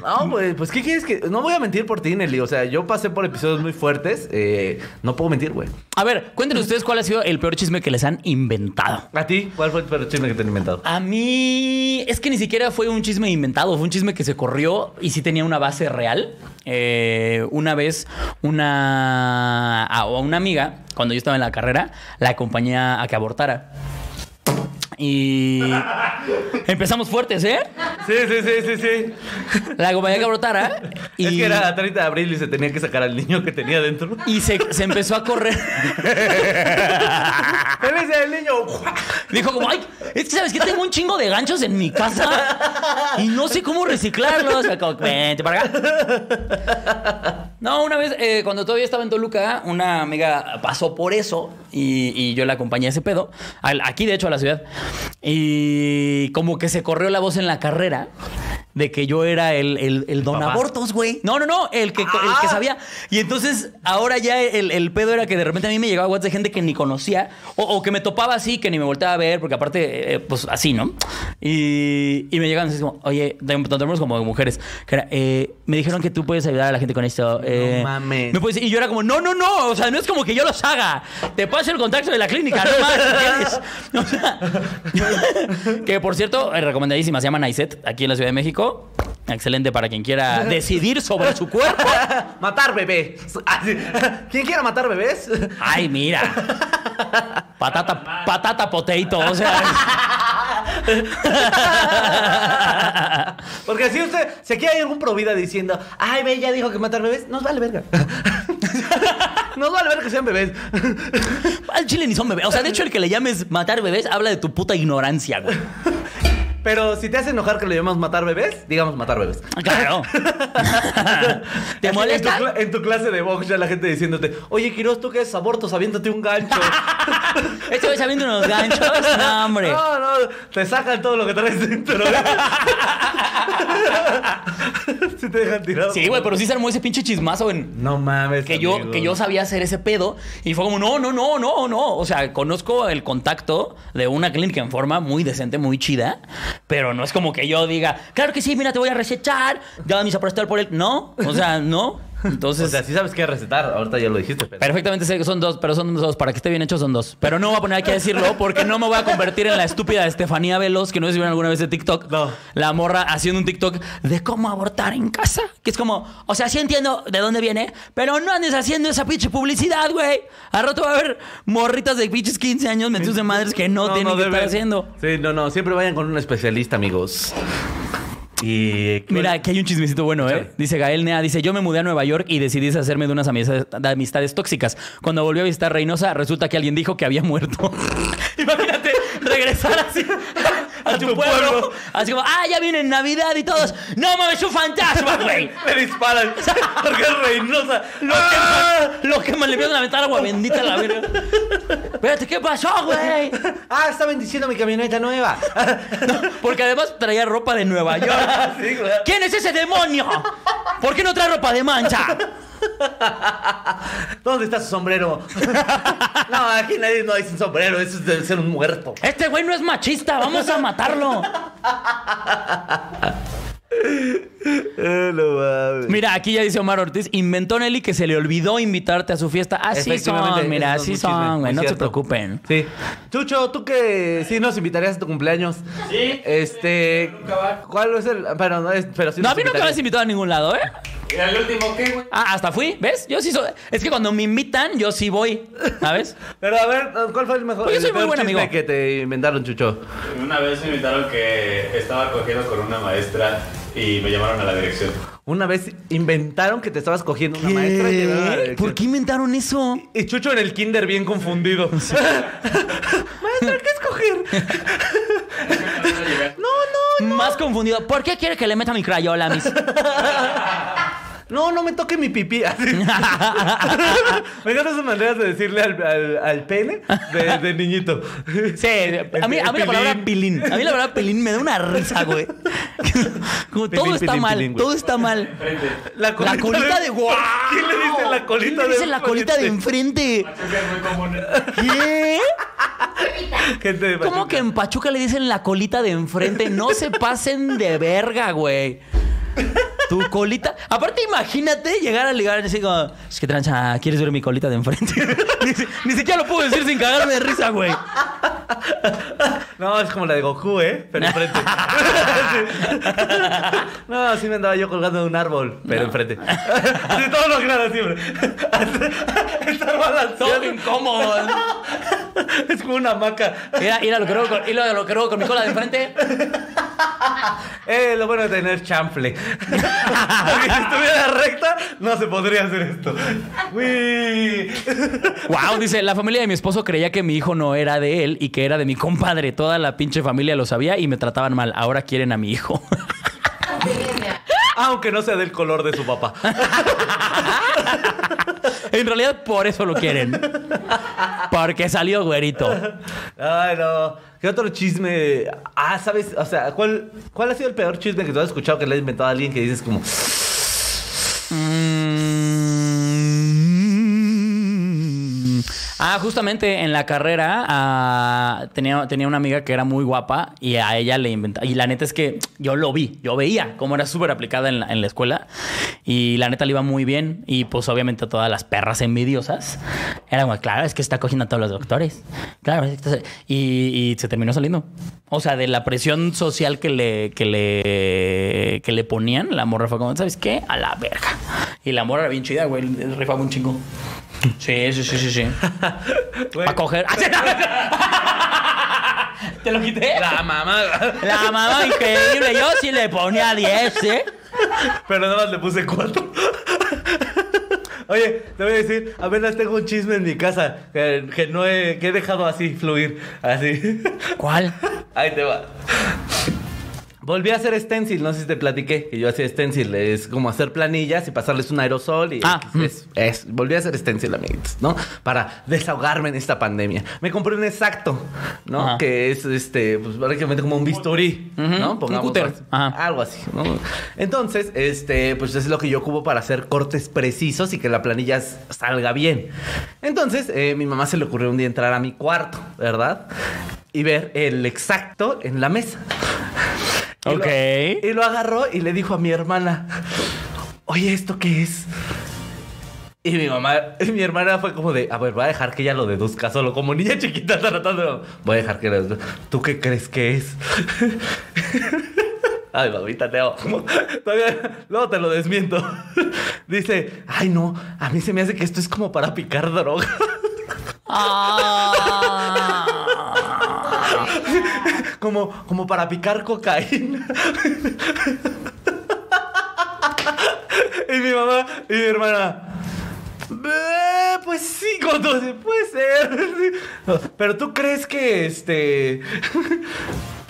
Speaker 1: No, güey, pues ¿qué quieres que.? No voy a mentir por ti, Nelly. O sea, yo pasé por episodios muy fuertes. eh, no puedo mentir, güey.
Speaker 2: A ver, cuéntenos ustedes cuál ha sido el peor chisme que les han inventado.
Speaker 1: ¿A ti? ¿Cuál fue el peor chisme que te han inventado?
Speaker 2: A mí es que ni siquiera fue un chisme inventado, fue un chisme que se corrió y sí tenía una base real. Eh, una vez una a a una amiga cuando yo estaba en la carrera la acompañé a que abortara y empezamos fuertes, ¿eh?
Speaker 1: Sí, sí, sí, sí, sí.
Speaker 2: La acompañé a que abortara y
Speaker 1: Es que era 30 de abril y se tenía que sacar al niño que tenía dentro.
Speaker 2: y se, se empezó a correr.
Speaker 1: ¡Feliz el niño!
Speaker 2: Dijo como, ay, es que sabes que tengo un chingo de ganchos en mi casa y no sé cómo reciclarlos. O sea, como, vente para acá. No, una vez, eh, cuando todavía estaba en Toluca, una amiga pasó por eso y, y yo la acompañé a ese pedo. al- aquí, de hecho, a la ciudad. Y como que se corrió la voz en la carrera de que yo era el, el, el don
Speaker 1: Papá.
Speaker 2: abortos, güey. No, no, no, el que, el que sabía. Y entonces, ahora ya el, el pedo era que de repente a mí me llegaba WhatsApp de gente que ni conocía o, o que me topaba así, que ni me volteaba a ver, porque aparte, eh, pues así, ¿no? Y, y me llegaban así como, oye, tanto hombres como mujeres, que era, eh, me dijeron que tú puedes ayudar a la gente con esto. eh,
Speaker 1: mames.
Speaker 2: ¿me puedes-?" Y yo era como, no, no, no, o sea, no es como que yo los haga. Te paso el contacto de la clínica, no más, si quieres. O sea, que por cierto, eh, recomendadísima, se llama Naiset, aquí en la Ciudad de México. Excelente para quien quiera decidir sobre su cuerpo.
Speaker 1: Matar bebé. Así. ¿Quién quiera matar bebés?
Speaker 2: Ay, mira. Patata, patata potato, o sea.
Speaker 1: Porque si usted, si aquí hay algún provida diciendo, ay, ve, ya dijo que matar bebés, nos vale verga. nos vale verga que sean bebés.
Speaker 2: Al chile ni son bebés. O sea, de hecho, el que le llames matar bebés habla de tu puta ignorancia, güey.
Speaker 1: Pero si te hace enojar que lo llamamos matar bebés, digamos matar bebés.
Speaker 2: Claro. ¿Te
Speaker 1: Así, En
Speaker 2: molesta?
Speaker 1: tu, cla- en tu clase de box ya la gente diciéndote, oye, Quiroz, ¿tú qué es abortos? Aviéntate un gancho.
Speaker 2: Este güey sabiendo unos ganchos. No, hombre.
Speaker 1: No, no, te sacan todo lo que traes dentro. si te dejan tirado.
Speaker 2: Sí, güey, pero sí se armó ese pinche chismazo en...
Speaker 1: No mames.
Speaker 2: Que yo,
Speaker 1: amigo.
Speaker 2: que yo sabía hacer ese pedo y fue como, no, no, no, no, no. O sea, conozco el contacto de una clínica en forma muy decente, muy chida, pero no es como que yo diga, claro que sí, mira, te voy a recetar, ya mis aprestar por él. No, o sea, no. Entonces,
Speaker 1: O sea, sí sabes qué recetar. Ahorita ya lo dijiste. Pero...
Speaker 2: perfectamente sé que son dos, pero son dos, para que esté bien hecho son dos. Pero no voy a poner aquí a decirlo porque no me voy a convertir en la estúpida Estefanía Veloz, que no sé si vieron alguna vez de TikTok.
Speaker 1: No.
Speaker 2: La morra haciendo un TikTok de cómo abortar en casa. Que es como, o sea, sí entiendo de dónde viene, pero no andes haciendo esa pinche publicidad, güey. Al rato va a haber morritas de pinches 15 años metidos de madres que no, tienen que estar
Speaker 1: deben.
Speaker 2: haciendo.
Speaker 1: Sí, no, no. Siempre vayan con un especialista, amigos. Y.
Speaker 2: Mira, aquí hay un chismecito bueno, ¿eh?
Speaker 1: Échale.
Speaker 2: Dice Gael Nea, dice, yo me mudé a Nueva York y decidí deshacerme de unas amistades, de amistades tóxicas. Cuando volví a visitar Reynosa, resulta que alguien dijo que había muerto. Imagínate regresar así a, tu, pueblo. Así como, ah, ya viene Navidad y todos. No mames, es un fantasma, güey.
Speaker 1: Me disparan. Porque es Reynosa. Ah,
Speaker 2: Lo queman, lo queman, le empiezan a aventar agua bendita a la verga. Espérate, ¿qué pasó, güey?
Speaker 1: Ah, está bendiciendo mi camioneta nueva.
Speaker 2: Porque además traía ropa de Nueva York.
Speaker 1: Ah, sí, claro.
Speaker 2: ¿Quién es ese demonio? ¿Por qué no trae ropa de mancha?
Speaker 1: ¿Dónde está su sombrero? no, aquí nadie no hay sin sombrero. Eso debe ser un muerto.
Speaker 2: Este güey no es machista, vamos a matarlo. Eh, Mira, aquí ya dice Omar Ortiz, inventó Nelly que se le olvidó invitarte a su fiesta. Así son, mira,
Speaker 1: eso es
Speaker 2: así
Speaker 1: un chisme,
Speaker 2: son, güey,
Speaker 1: es
Speaker 2: no se
Speaker 1: cierto.
Speaker 2: preocupen.
Speaker 1: Sí. Chucho, tú que sí nos invitarías a tu cumpleaños. Sí. Este. ¿Cuál es el.? Bueno, no es. Pero sí
Speaker 2: No, a
Speaker 1: nos
Speaker 2: mí nunca me
Speaker 1: invitarías.
Speaker 2: has invitado a ningún lado, ¿eh?
Speaker 3: Era el último, ¿qué, güey?
Speaker 2: Ah, hasta fui, ¿ves? Yo sí soy... Es que cuando me invitan, yo sí voy, ¿sabes?
Speaker 1: Pero a ver, ¿cuál fue el mejor
Speaker 2: Pues yo
Speaker 1: el
Speaker 2: soy muy
Speaker 1: peor
Speaker 2: buen
Speaker 1: chisme
Speaker 2: amigo.
Speaker 1: que te inventaron, Chucho?
Speaker 3: Una vez me invitaron que estaba cogiendo con una maestra y me llamaron a la dirección.
Speaker 1: Una vez inventaron que te estabas cogiendo una maestra y te llevaron a la
Speaker 2: ¿Qué?
Speaker 1: dirección.
Speaker 2: ¿Por qué inventaron eso?
Speaker 1: Y Chucho en el kinder bien confundido. maestra, ¿qué escoger?
Speaker 2: Más confundido. ¿Por qué quiere que le meta mi crayola, mis?
Speaker 1: No, no me toque mi pipí. Así. me encantan sus maneras de decirle al, al, al pene de, de niñito.
Speaker 2: Sí, a mí, a mí la palabra pilín. A mí la palabra pilín me da una risa, güey. Como todo
Speaker 1: Pilín,
Speaker 2: está
Speaker 1: pilín,
Speaker 2: mal,
Speaker 1: pilín, güey.
Speaker 2: todo está mal.
Speaker 1: La
Speaker 2: La colita de guau.
Speaker 1: ¿Quién le dice la colita
Speaker 2: ¿Quién le dice
Speaker 1: de Este,
Speaker 2: la colita de enfrente? ¿Qué?
Speaker 1: Gente de
Speaker 2: ¿Cómo
Speaker 1: Pachuca.
Speaker 2: que en Pachuca le dicen la colita de enfrente? No se pasen de verga, güey. Tu colita. Aparte, imagínate llegar a ligar y decir, como, es que trancha, ¿quieres ver mi colita de enfrente? ni, si- ni siquiera lo puedo decir sin cagarme de risa, güey.
Speaker 1: No, es como la de Goku, ¿eh? Pero enfrente. no, sí me andaba yo colgando de un árbol, pero enfrente. sí, todo lo que era siempre. Estar
Speaker 2: Todo
Speaker 1: balanceado.
Speaker 2: bien incómodo.
Speaker 1: Es como una hamaca.
Speaker 2: Mira, mira lo que robo con, mira lo que robo con mi cola de enfrente.
Speaker 1: Eh, lo bueno de tener chanfle. Porque si estuviera recta, no se podría hacer esto. Uy.
Speaker 2: Wow, dice, la familia de mi esposo creía que mi hijo no era de él y que era de mi compadre. Toda la pinche familia lo sabía y me trataban mal. Ahora quieren a mi hijo.
Speaker 1: Aunque no sea del color de su papá.
Speaker 2: en realidad, por eso lo quieren. Porque salió güerito.
Speaker 1: Ay, no. ¿Qué otro chisme? Ah, ¿sabes? O sea, ¿cuál, ¿cuál ha sido el peor chisme que tú has escuchado que le ha inventado a alguien que dices como...
Speaker 2: Mm. Ah, justamente en la carrera ah, tenía, tenía una amiga que era muy guapa y a ella le inventaba. Y la neta es que yo lo vi, yo veía cómo era súper aplicada en la, en la escuela y la neta le iba muy bien. Y pues obviamente a todas las perras envidiosas era como, claro, es que está cogiendo a todos los doctores. Claro, es que está- y, y se terminó saliendo. O sea, de la presión social que le, que le, que le ponían, la morra fue como, ¿sabes qué? A la verga. Y la morra era bien chida, güey, rifaba un chingo. Sí, sí, sí, sí, sí.
Speaker 1: güey,
Speaker 2: A coger. ¿Te lo quité?
Speaker 1: La mamá.
Speaker 2: La mamá increíble. Yo sí le ponía 10, ¿eh?
Speaker 1: Pero nada más le puse cuatro. Oye, te voy a decir, apenas tengo un chisme en mi casa que, que no he, que he dejado así fluir, así.
Speaker 2: ¿Cuál?
Speaker 1: Ahí te va. Volví a hacer stencil, no sé si te platiqué que yo hacía stencil, es como hacer planillas y pasarles un aerosol y
Speaker 2: Ah,
Speaker 1: es, es- volví a hacer stencil, amiguitos, ¿no? Para desahogarme en esta pandemia. Me compré un exacto, ¿no?
Speaker 2: Ajá.
Speaker 1: Que es este, pues prácticamente como un bisturí,
Speaker 2: Ujú,
Speaker 1: ¿no?
Speaker 2: un cúter.
Speaker 1: así,
Speaker 2: Ajá.
Speaker 1: algo así, ¿no? Entonces, este, pues es lo que yo ocupo para hacer cortes precisos y que la planilla s- salga bien. Entonces, eh, mi mamá se le ocurrió un día entrar a mi cuarto, ¿verdad? Y ver el exacto en la mesa. Y lo-
Speaker 2: Ok.
Speaker 1: y lo agarró y le dijo a mi hermana, oye, ¿esto qué es? Y mi mamá, y mi hermana fue como de, a ver, voy a dejar que ella lo deduzca solo, como niña chiquita tratando, voy a dejar que lo deduzca. ¿Tú qué crees que es? Ay, mamita, te amo. Todavía, luego te lo desmiento. Dice, ay, no, a mí se me hace que esto es como para picar droga.
Speaker 2: Ah.
Speaker 1: Como, como para picar cocaína. y mi mamá y mi hermana. "Eh, Pues sí, cuando se puede ser. Sí. Pero tú crees que este.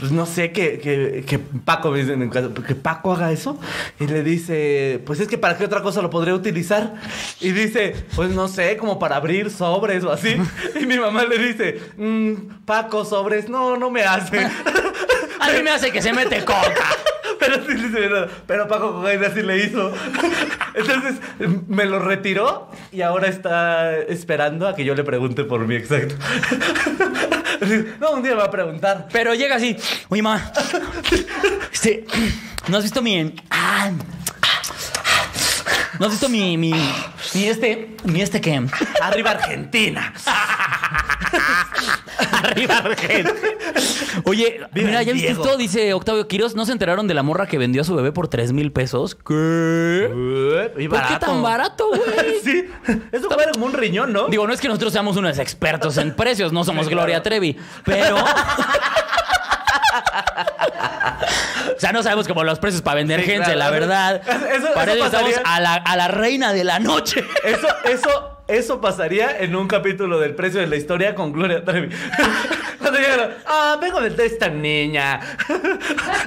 Speaker 1: Pues no sé, que, que, que Paco me dicen en casa, que Paco haga eso. Y le dice, pues es que para qué otra cosa lo podría utilizar. Y dice, pues no sé, como para abrir sobres o así. Y mi mamá le dice, "Mm, Paco, sobres, no, no me hace.
Speaker 2: A mí me hace que se mete coca.
Speaker 1: Pero sí le hice nada. Pero Paco Cocaine así le hizo. Entonces me lo retiró y ahora está esperando a que yo le pregunte por mi exacto. No, un día me va a preguntar.
Speaker 2: Pero llega así, oye, mamá, este, ¿no has visto mi... en- ah, ¿No has visto mi, mi, mi este, mi este que...
Speaker 1: Arriba Argentina.
Speaker 2: Arriba, Argel. Oye,
Speaker 1: Viva
Speaker 2: mira,
Speaker 1: el
Speaker 2: ¿ya viste
Speaker 1: Diego.
Speaker 2: esto? Dice Octavio Quiroz, ¿no se enteraron de la morra que vendió a su bebé por 3 mil pesos? ¿Qué?
Speaker 1: ¿Por
Speaker 2: ¿Por qué tan barato, güey?
Speaker 1: Sí, eso vale como un riñón, ¿no?
Speaker 2: Digo, no es que nosotros seamos unos expertos en precios, no somos Gloria Trevi, pero. o sea, no sabemos como los precios para vender
Speaker 1: Sí,
Speaker 2: gente,
Speaker 1: claro.
Speaker 2: la verdad.
Speaker 1: Eso- eso
Speaker 2: para ello
Speaker 1: pasaría-
Speaker 2: estamos a la, a la reina de la noche.
Speaker 1: Eso, eso, eso pasaría en un capítulo del precio de la historia con Gloria Trevi. Cuando llegaron, ah, vengo de esta niña.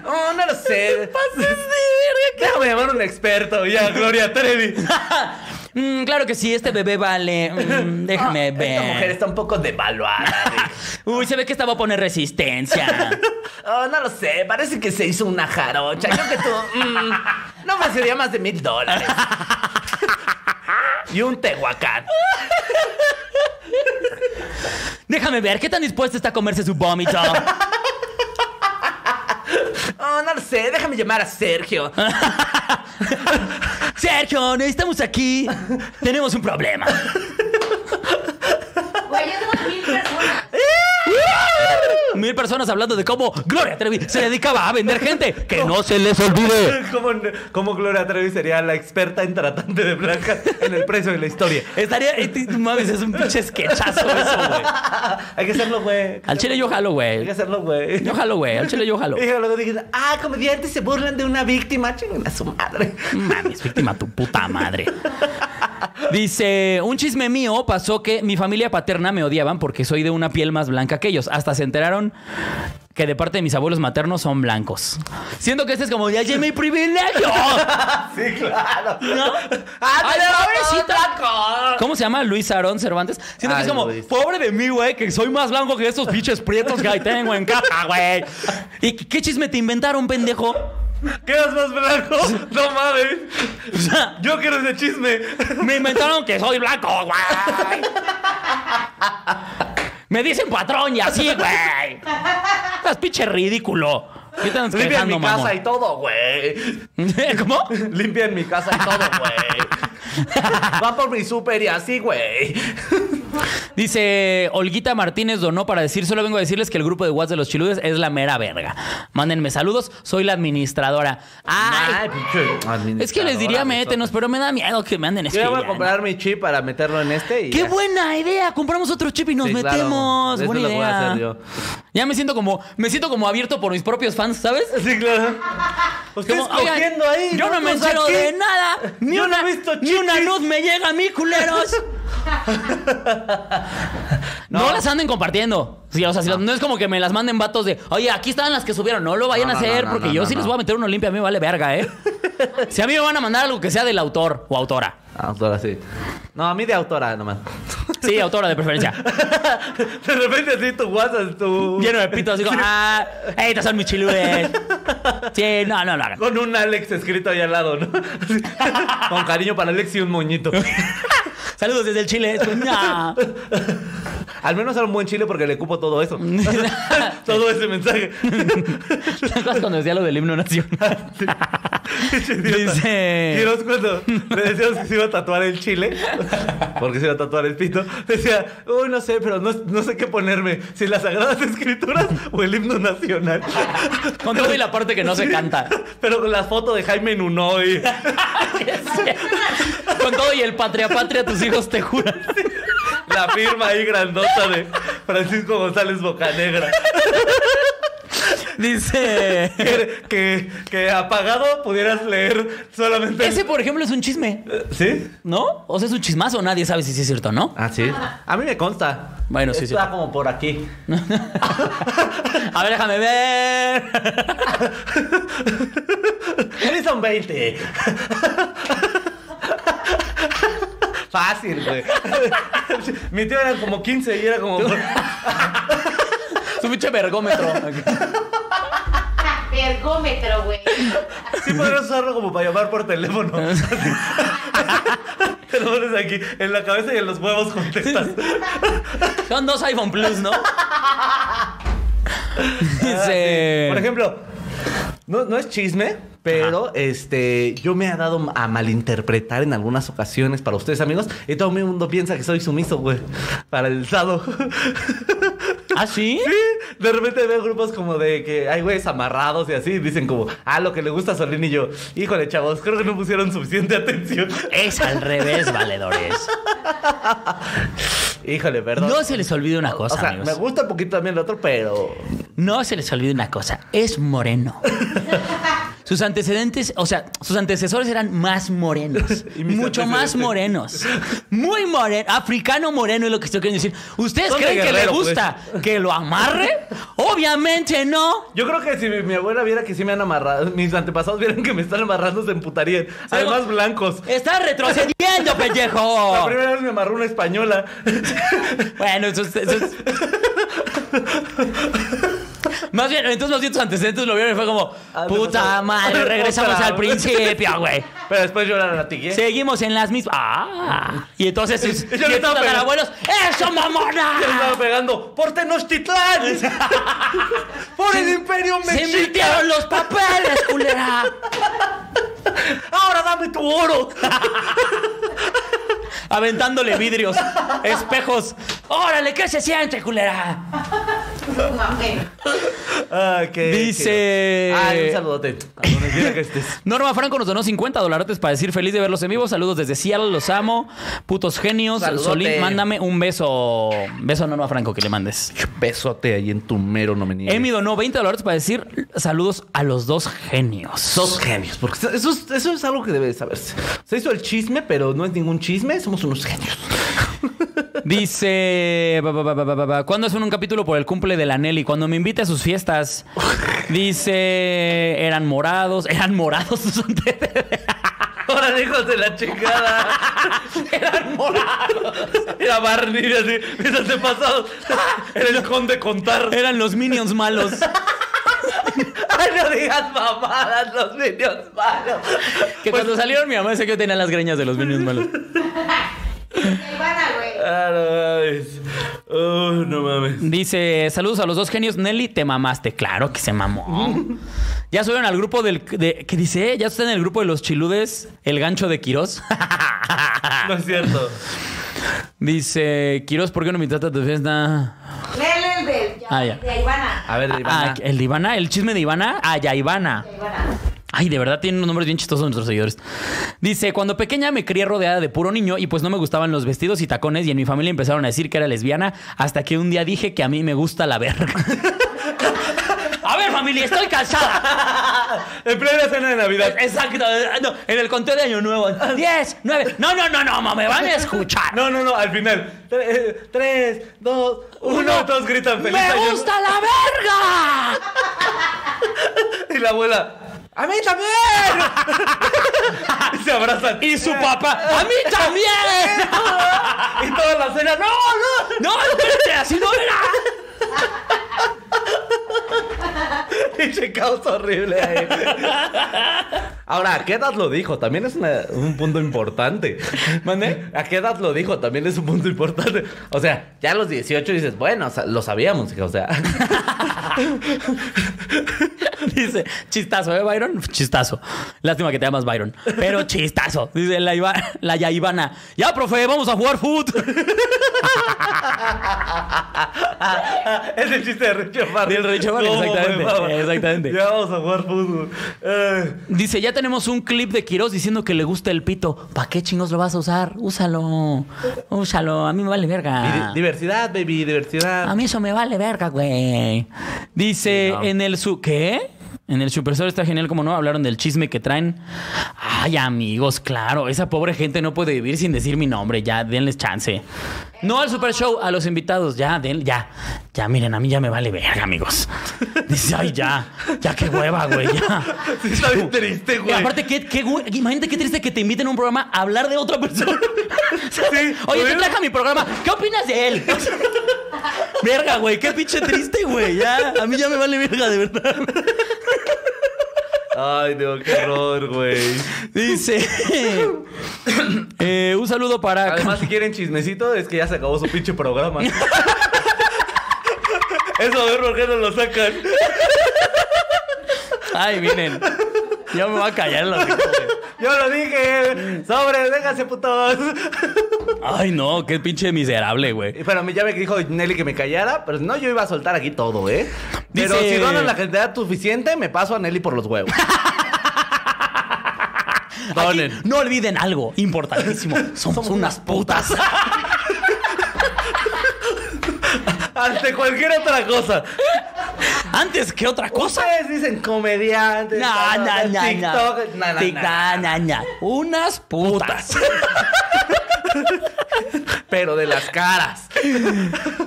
Speaker 1: Oh, no lo sé. Déjame llamar a un experto ya, Gloria Trevi.
Speaker 2: Mm, claro que sí, este bebé vale. mm, déjame
Speaker 1: Ah,
Speaker 2: ver.
Speaker 1: Esta mujer está un poco devaluada.
Speaker 2: Uy, se ve que esta va a poner resistencia.
Speaker 1: Oh, no lo sé, parece que se hizo una jarocha. Creo que tú. mm, no me sería más de mil dólares. Y un tehuacán.
Speaker 2: déjame ver, ¿qué tan dispuesta está a comerse su vómito?
Speaker 1: Oh, no lo sé, déjame llamar a Sergio.
Speaker 2: Sergio, estamos aquí. Tenemos un problema.
Speaker 5: Güey, ya somos mil personas.
Speaker 2: Mil personas hablando de cómo Gloria Trevi se dedicaba a vender gente. Que no se les olvide.
Speaker 1: ¿Cómo, cómo Gloria Trevi sería la experta en tratante de blancas en el precio de la historia?
Speaker 2: Estaría. y t- Mames, es un pinche sketchazo eso, güey.
Speaker 1: Hay que hacerlo, güey.
Speaker 2: Al chile yo jalo,
Speaker 1: Hay que
Speaker 2: güey.
Speaker 1: hacerlo, güey.
Speaker 2: Yo jalo, güey. Al chile yo jalo.
Speaker 1: Y luego dije, ah, comediantes se burlan de una víctima. Chingan a su madre.
Speaker 2: Mames, víctima tu puta madre. Dice, un chisme mío pasó que mi familia paterna me odiaban porque soy de una piel más blanca que ellos. Hasta se enteraron que de parte de mis abuelos maternos son blancos. Siento que este es como, ya llegué mi privilegio.
Speaker 1: Sí, claro.
Speaker 2: ¿No?
Speaker 1: ¡Ay,
Speaker 2: pobrecito! ¿Cómo se llama? Luis Aarón Cervantes. Siento que
Speaker 1: Ay,
Speaker 2: es como,
Speaker 1: Luis.
Speaker 2: pobre de mí, güey, que soy más blanco que estos pinches prietos que ahí tengo en casa, güey. ¿Y qué chisme te inventaron, pendejo?
Speaker 1: ¿Quedas más blanco? No mames.
Speaker 2: O sea,
Speaker 1: Yo quiero ese chisme.
Speaker 2: me inventaron que soy blanco, güey. Me dicen patrón y así, güey. Estás pinche ridículo. ¿Qué estás
Speaker 1: Limpian
Speaker 2: quejando,
Speaker 1: mi casa
Speaker 2: mamón? ¿Eh?
Speaker 1: y todo, güey.
Speaker 2: ¿Cómo?
Speaker 1: Limpian mi casa y todo, güey. Va por mi súper y así, güey.
Speaker 2: Dice Olguita Martínez donó para decir, solo vengo a decirles que el grupo de WhatsApp de los Chiludes es la mera verga. Mándenme saludos, soy la administradora. Ay, es que les diría métenos, pero me da miedo que me anden
Speaker 1: Yo ya voy a
Speaker 2: espiando.
Speaker 1: comprar mi chip para meterlo en este y.
Speaker 2: ¡Qué
Speaker 1: ya.
Speaker 2: buena idea! Compramos otro chip y nos
Speaker 1: Sí, claro.
Speaker 2: metemos.
Speaker 1: Eso
Speaker 2: Buena
Speaker 1: lo
Speaker 2: idea.
Speaker 1: voy a hacer yo.
Speaker 2: Ya me siento como, me siento como abierto por mis propios fans, ¿sabes?
Speaker 1: Sí, claro. Ustedes
Speaker 2: Como, oigan,
Speaker 1: cogiendo ahí.
Speaker 2: Yo no me
Speaker 1: nosotros
Speaker 2: entero
Speaker 1: aquí.
Speaker 2: de nada. Ni
Speaker 1: Yo no
Speaker 2: una,
Speaker 1: he visto
Speaker 2: ni una
Speaker 1: chichis.
Speaker 2: nud me llega a mí, culeros. no.
Speaker 1: No.
Speaker 2: las anden compartiendo. Sí, o sea, si las- no es como que me las manden vatos de, oye, aquí están las que subieron, no lo vayan
Speaker 1: No,
Speaker 2: a
Speaker 1: no,
Speaker 2: hacer,
Speaker 1: no, no,
Speaker 2: porque
Speaker 1: no,
Speaker 2: yo
Speaker 1: no,
Speaker 2: sí les
Speaker 1: no.
Speaker 2: voy a meter una limpia, a mí me vale verga, ¿eh? si a mí me van a mandar algo que sea del autor o autora.
Speaker 1: Autora, Ah, sí. No, a mí de autora nomás.
Speaker 2: Sí, autora de preferencia.
Speaker 1: De repente así tu WhatsApp, tu...
Speaker 2: Lleno de pitos, digo, ah, estas son mis chiludes. Sí, no, no lo hagan.
Speaker 1: Con un Alex escrito ahí al lado, ¿no? Así. Con cariño para Alex y un moñito.
Speaker 2: Saludos desde el Chile. No.
Speaker 1: Al menos era un buen chile porque le cupo todo eso. todo ese mensaje.
Speaker 2: ¿Te acuerdas cuando decía lo del himno nacional? Dice-
Speaker 1: Quiero cuando le decíamos que se iba a tatuar el chile, porque se iba a tatuar el pito, decía, uy, no sé, pero no, no sé qué ponerme, si las Sagradas Escrituras o el himno nacional.
Speaker 2: Con todo y la parte que no se
Speaker 1: Sí.
Speaker 2: canta.
Speaker 1: Pero con la foto de Jaime Nunoy.
Speaker 2: Con todo y el patria patria, tus hijos te juran.
Speaker 1: La firma ahí grandota de Francisco González Bocanegra.
Speaker 2: Dice.
Speaker 1: Que, que, que apagado pudieras leer solamente. el-
Speaker 2: Ese, por ejemplo, es un chisme,
Speaker 1: ¿Sí?
Speaker 2: ¿no? O sea, es un chismazo, nadie sabe si sí es cierto, ¿no?
Speaker 1: Ah, sí. A mí me consta.
Speaker 2: Bueno, sí, sí.
Speaker 1: Está como por aquí.
Speaker 2: A ver, déjame ver.
Speaker 1: Edison 20. Fácil, güey. Mi tío era como 15 y era como.
Speaker 2: Su pinche vergómetro.
Speaker 5: Vergómetro, güey.
Speaker 1: Sí podrías usarlo como para llamar por teléfono. Te lo pones aquí, en la cabeza y en los huevos contestas.
Speaker 2: Son dos iPhone Plus, ¿no? Dice.
Speaker 1: Ah, Por ejemplo, no, no es chisme, pero este yo me ha dado a malinterpretar en algunas ocasiones para ustedes, amigos, y todo el mundo piensa que soy sumiso, güey, para el sado.
Speaker 2: ¿Ah, sí?
Speaker 1: Sí, de repente veo grupos como de que hay güeyes amarrados y así, y dicen como, ah, lo que le gusta a Solín y yo, híjole, chavos, creo que no pusieron suficiente atención.
Speaker 2: Es al revés, valedores.
Speaker 1: Híjole, perdón.
Speaker 2: No se les olvide una cosa,
Speaker 1: o sea,
Speaker 2: amigos.
Speaker 1: me gusta un poquito también el otro, pero
Speaker 2: No se les olvide una cosa, es moreno. Sus antecedentes, o sea, sus antecesores eran más morenos,
Speaker 1: Y mis
Speaker 2: mucho más
Speaker 1: antecedentes.
Speaker 2: morenos, muy moreno, africano moreno es lo que estoy queriendo decir. ¿Ustedes
Speaker 1: Son de
Speaker 2: creen que le
Speaker 1: Guerrero, pues.
Speaker 2: gusta que lo amarre? Obviamente no.
Speaker 1: Yo creo que si mi, mi abuela viera que sí me han amarrado, mis antepasados vieran que me están amarrando, se emputarían. Además, blancos.
Speaker 2: Está retrocediendo,
Speaker 1: La
Speaker 2: pellejo.
Speaker 1: primera vez me amarró una española.
Speaker 2: Bueno, eso es... eso es- Más bien, entonces los sus antecedentes lo vieron y fue como,
Speaker 1: Ah,
Speaker 2: puta
Speaker 1: otra-
Speaker 2: madre, regresamos
Speaker 1: otra
Speaker 2: al
Speaker 1: vez".
Speaker 2: principio, güey.
Speaker 1: Pero después yo la latigué.
Speaker 2: Seguimos en las mismas. ¡Ah! Y entonces sus
Speaker 1: Yo le
Speaker 2: y entonces
Speaker 1: estaba
Speaker 2: los
Speaker 1: pegando.
Speaker 2: abuelos. ¡Eso,
Speaker 1: Yo le estaba
Speaker 2: mamona!
Speaker 1: pegando por Tenochtitlán. por el Imperio
Speaker 2: ¡Se
Speaker 1: Mexica.
Speaker 2: invirtieron los papeles, culera!
Speaker 1: Ahora dame tu oro.
Speaker 2: Aventándole vidrios, espejos. ¡Órale, qué se siente, culera!
Speaker 5: No, güey.
Speaker 1: Ah, qué
Speaker 2: Dice-
Speaker 1: chido. Ay, un saludote. A donde quiera que estés.
Speaker 2: Norma Franco nos donó 50 dolarotes para decir feliz de verlos en vivo. Saludos desde Seattle, los amo. Putos genios.
Speaker 1: Saludote.
Speaker 2: Solín, mándame un beso. Beso a Norma Franco que le mandes.
Speaker 1: Besote ahí en tu mero, no me niegues.
Speaker 2: Emi donó 20 dólares para decir saludos a los dos genios.
Speaker 1: Dos genios, porque eso es, eso es algo que debe de saberse. Se hizo el chisme, pero no es ningún chisme, somos unos genios.
Speaker 2: Dice. ba, ba, ba, ba, ba, ba, ¿Cuándo hacen un capítulo por el cumple de la Nelly? Cuando me invite a sus fiestas. Dice. Eran morados. Eran morados sus antecedentes.
Speaker 1: Ahora hijos de la chingada. Eran morados. Era Barney así, mis antepasados. Era el conde contar.
Speaker 2: Eran los minions malos.
Speaker 1: Ay, no digas mamadas, los niños malos.
Speaker 2: Que
Speaker 1: Pues-
Speaker 2: cuando salieron, mi mamá decía que yo tenía las greñas de los minions malos.
Speaker 5: Ivana, güey.
Speaker 1: Ah, no mames. Oh, no mames.
Speaker 2: Dice. Saludos a los dos genios. Nelly, te mamaste. Claro que se mamó. Ya subieron al grupo del. De, ¿Qué dice? Ya está en el grupo de los chiludes. El gancho de Quirós.
Speaker 1: Ah, No es cierto.
Speaker 2: Dice. Quirós, ¿por qué no me invitas a tu fiesta?
Speaker 5: Léele el del. ya,
Speaker 2: Ah, ya.
Speaker 5: De Ivana.
Speaker 1: A ver, Ivana.
Speaker 2: Ah, el de Ivana, el chisme de Ivana. Ah, ya, Ivana.
Speaker 5: De Ivana.
Speaker 2: Ay, de verdad tienen unos nombres bien chistosos nuestros seguidores. Dice, cuando pequeña me crié rodeada de puro niño y pues no me gustaban los vestidos y tacones y en mi familia empezaron a decir que era lesbiana hasta que un día dije que a mí me gusta la verga. A ver, familia, estoy cansada.
Speaker 1: En plena cena de Navidad.
Speaker 2: Exacto. No, en el conteo de Año Nuevo. 10, 9. No, no, no, no, ma, me van a escuchar.
Speaker 1: No, no, no, al final. Tre- eh, Tres, dos, uno, todos gritan feliz
Speaker 2: ¡Me
Speaker 1: año.
Speaker 2: gusta la verga!
Speaker 1: Y la abuela. ¡A mí también! y se abrazan.
Speaker 2: Y su papá. ¡A mí también!
Speaker 1: Y toda la cena. ¡No, no!
Speaker 2: ¡No, espérate, así no era!
Speaker 1: Pinche caos horrible ahí. Ahora, ¿a qué edad lo dijo? También es una- un punto importante. ¿Mande? ¿A qué edad lo dijo? También es un punto importante. O sea, ya a los 18 dices, bueno, o sea, lo sabíamos, hija, o sea.
Speaker 2: Dice, chistazo, ¿eh, Byron? Chistazo. Lástima que te llamas Byron. Pero chistazo. Dice la, Iva, la Yaivana. Ya, profe, vamos a jugar foot.
Speaker 1: es el chiste de Richo Barrio.
Speaker 2: Del Richo Barrio, exactamente, exactamente.
Speaker 1: Ya vamos a jugar fútbol. Eh,
Speaker 2: Dice, ya tenemos un clip de Quiroz diciendo que le gusta el pito. ¿Para qué chingos lo vas a usar? Úsalo. Úsalo. A mí me vale verga.
Speaker 1: di- Diversidad, baby, diversidad.
Speaker 2: Ah. A mí eso me vale verga, güey. Dice
Speaker 1: Sí, no.
Speaker 2: en el su ¿qué? En el Superstar está genial como no hablaron del chisme que traen. Ay, amigos, claro, esa pobre gente no puede vivir sin decir mi nombre, ya denles chance. No al Super Show, a los invitados, ya, den, ya. Ya miren, a mí ya me vale verga, amigos. Dice, ay, ya. Ya qué hueva, güey, ya.
Speaker 1: Sí, está bien triste,
Speaker 2: Y
Speaker 1: güey.
Speaker 2: aparte, qué, qué güey- imagínate qué triste que te inviten a un programa a hablar de otra persona. Oye, te
Speaker 1: ¿oyeron?
Speaker 2: traje a mi programa. ¿Qué opinas de él? verga, güey. Qué pinche triste, güey. Ya, a mí ya me vale verga, de verdad.
Speaker 1: Ay, no, qué horror, güey.
Speaker 2: Dice. eh, un saludo para.
Speaker 1: Además, si quieren chismecito, es que ya se acabó su pinche programa. Eso, a ver por qué no lo sacan.
Speaker 2: Ay, miren. Ya me voy a callar en la
Speaker 1: Yo lo dije. Sobre, déjase, putos.
Speaker 2: Ay, no, qué pinche miserable, güey.
Speaker 1: Y Pero me- ya me dijo Nelly que me callara, pero no, yo iba a soltar aquí todo, ¿eh? Pero
Speaker 2: Dice-
Speaker 1: si donan la cantidad suficiente, me paso a Nelly por los huevos.
Speaker 2: Aquí, no olviden algo importantísimo. Somos, unas putas.
Speaker 1: Ante cualquier otra cosa.
Speaker 2: Antes que otra cosa.
Speaker 1: Ustedes dicen comediantes,
Speaker 2: No, no, no, no.
Speaker 1: TikTok, na, na, na.
Speaker 2: Tic- na, na, na. Unas putas.
Speaker 1: pero de las caras.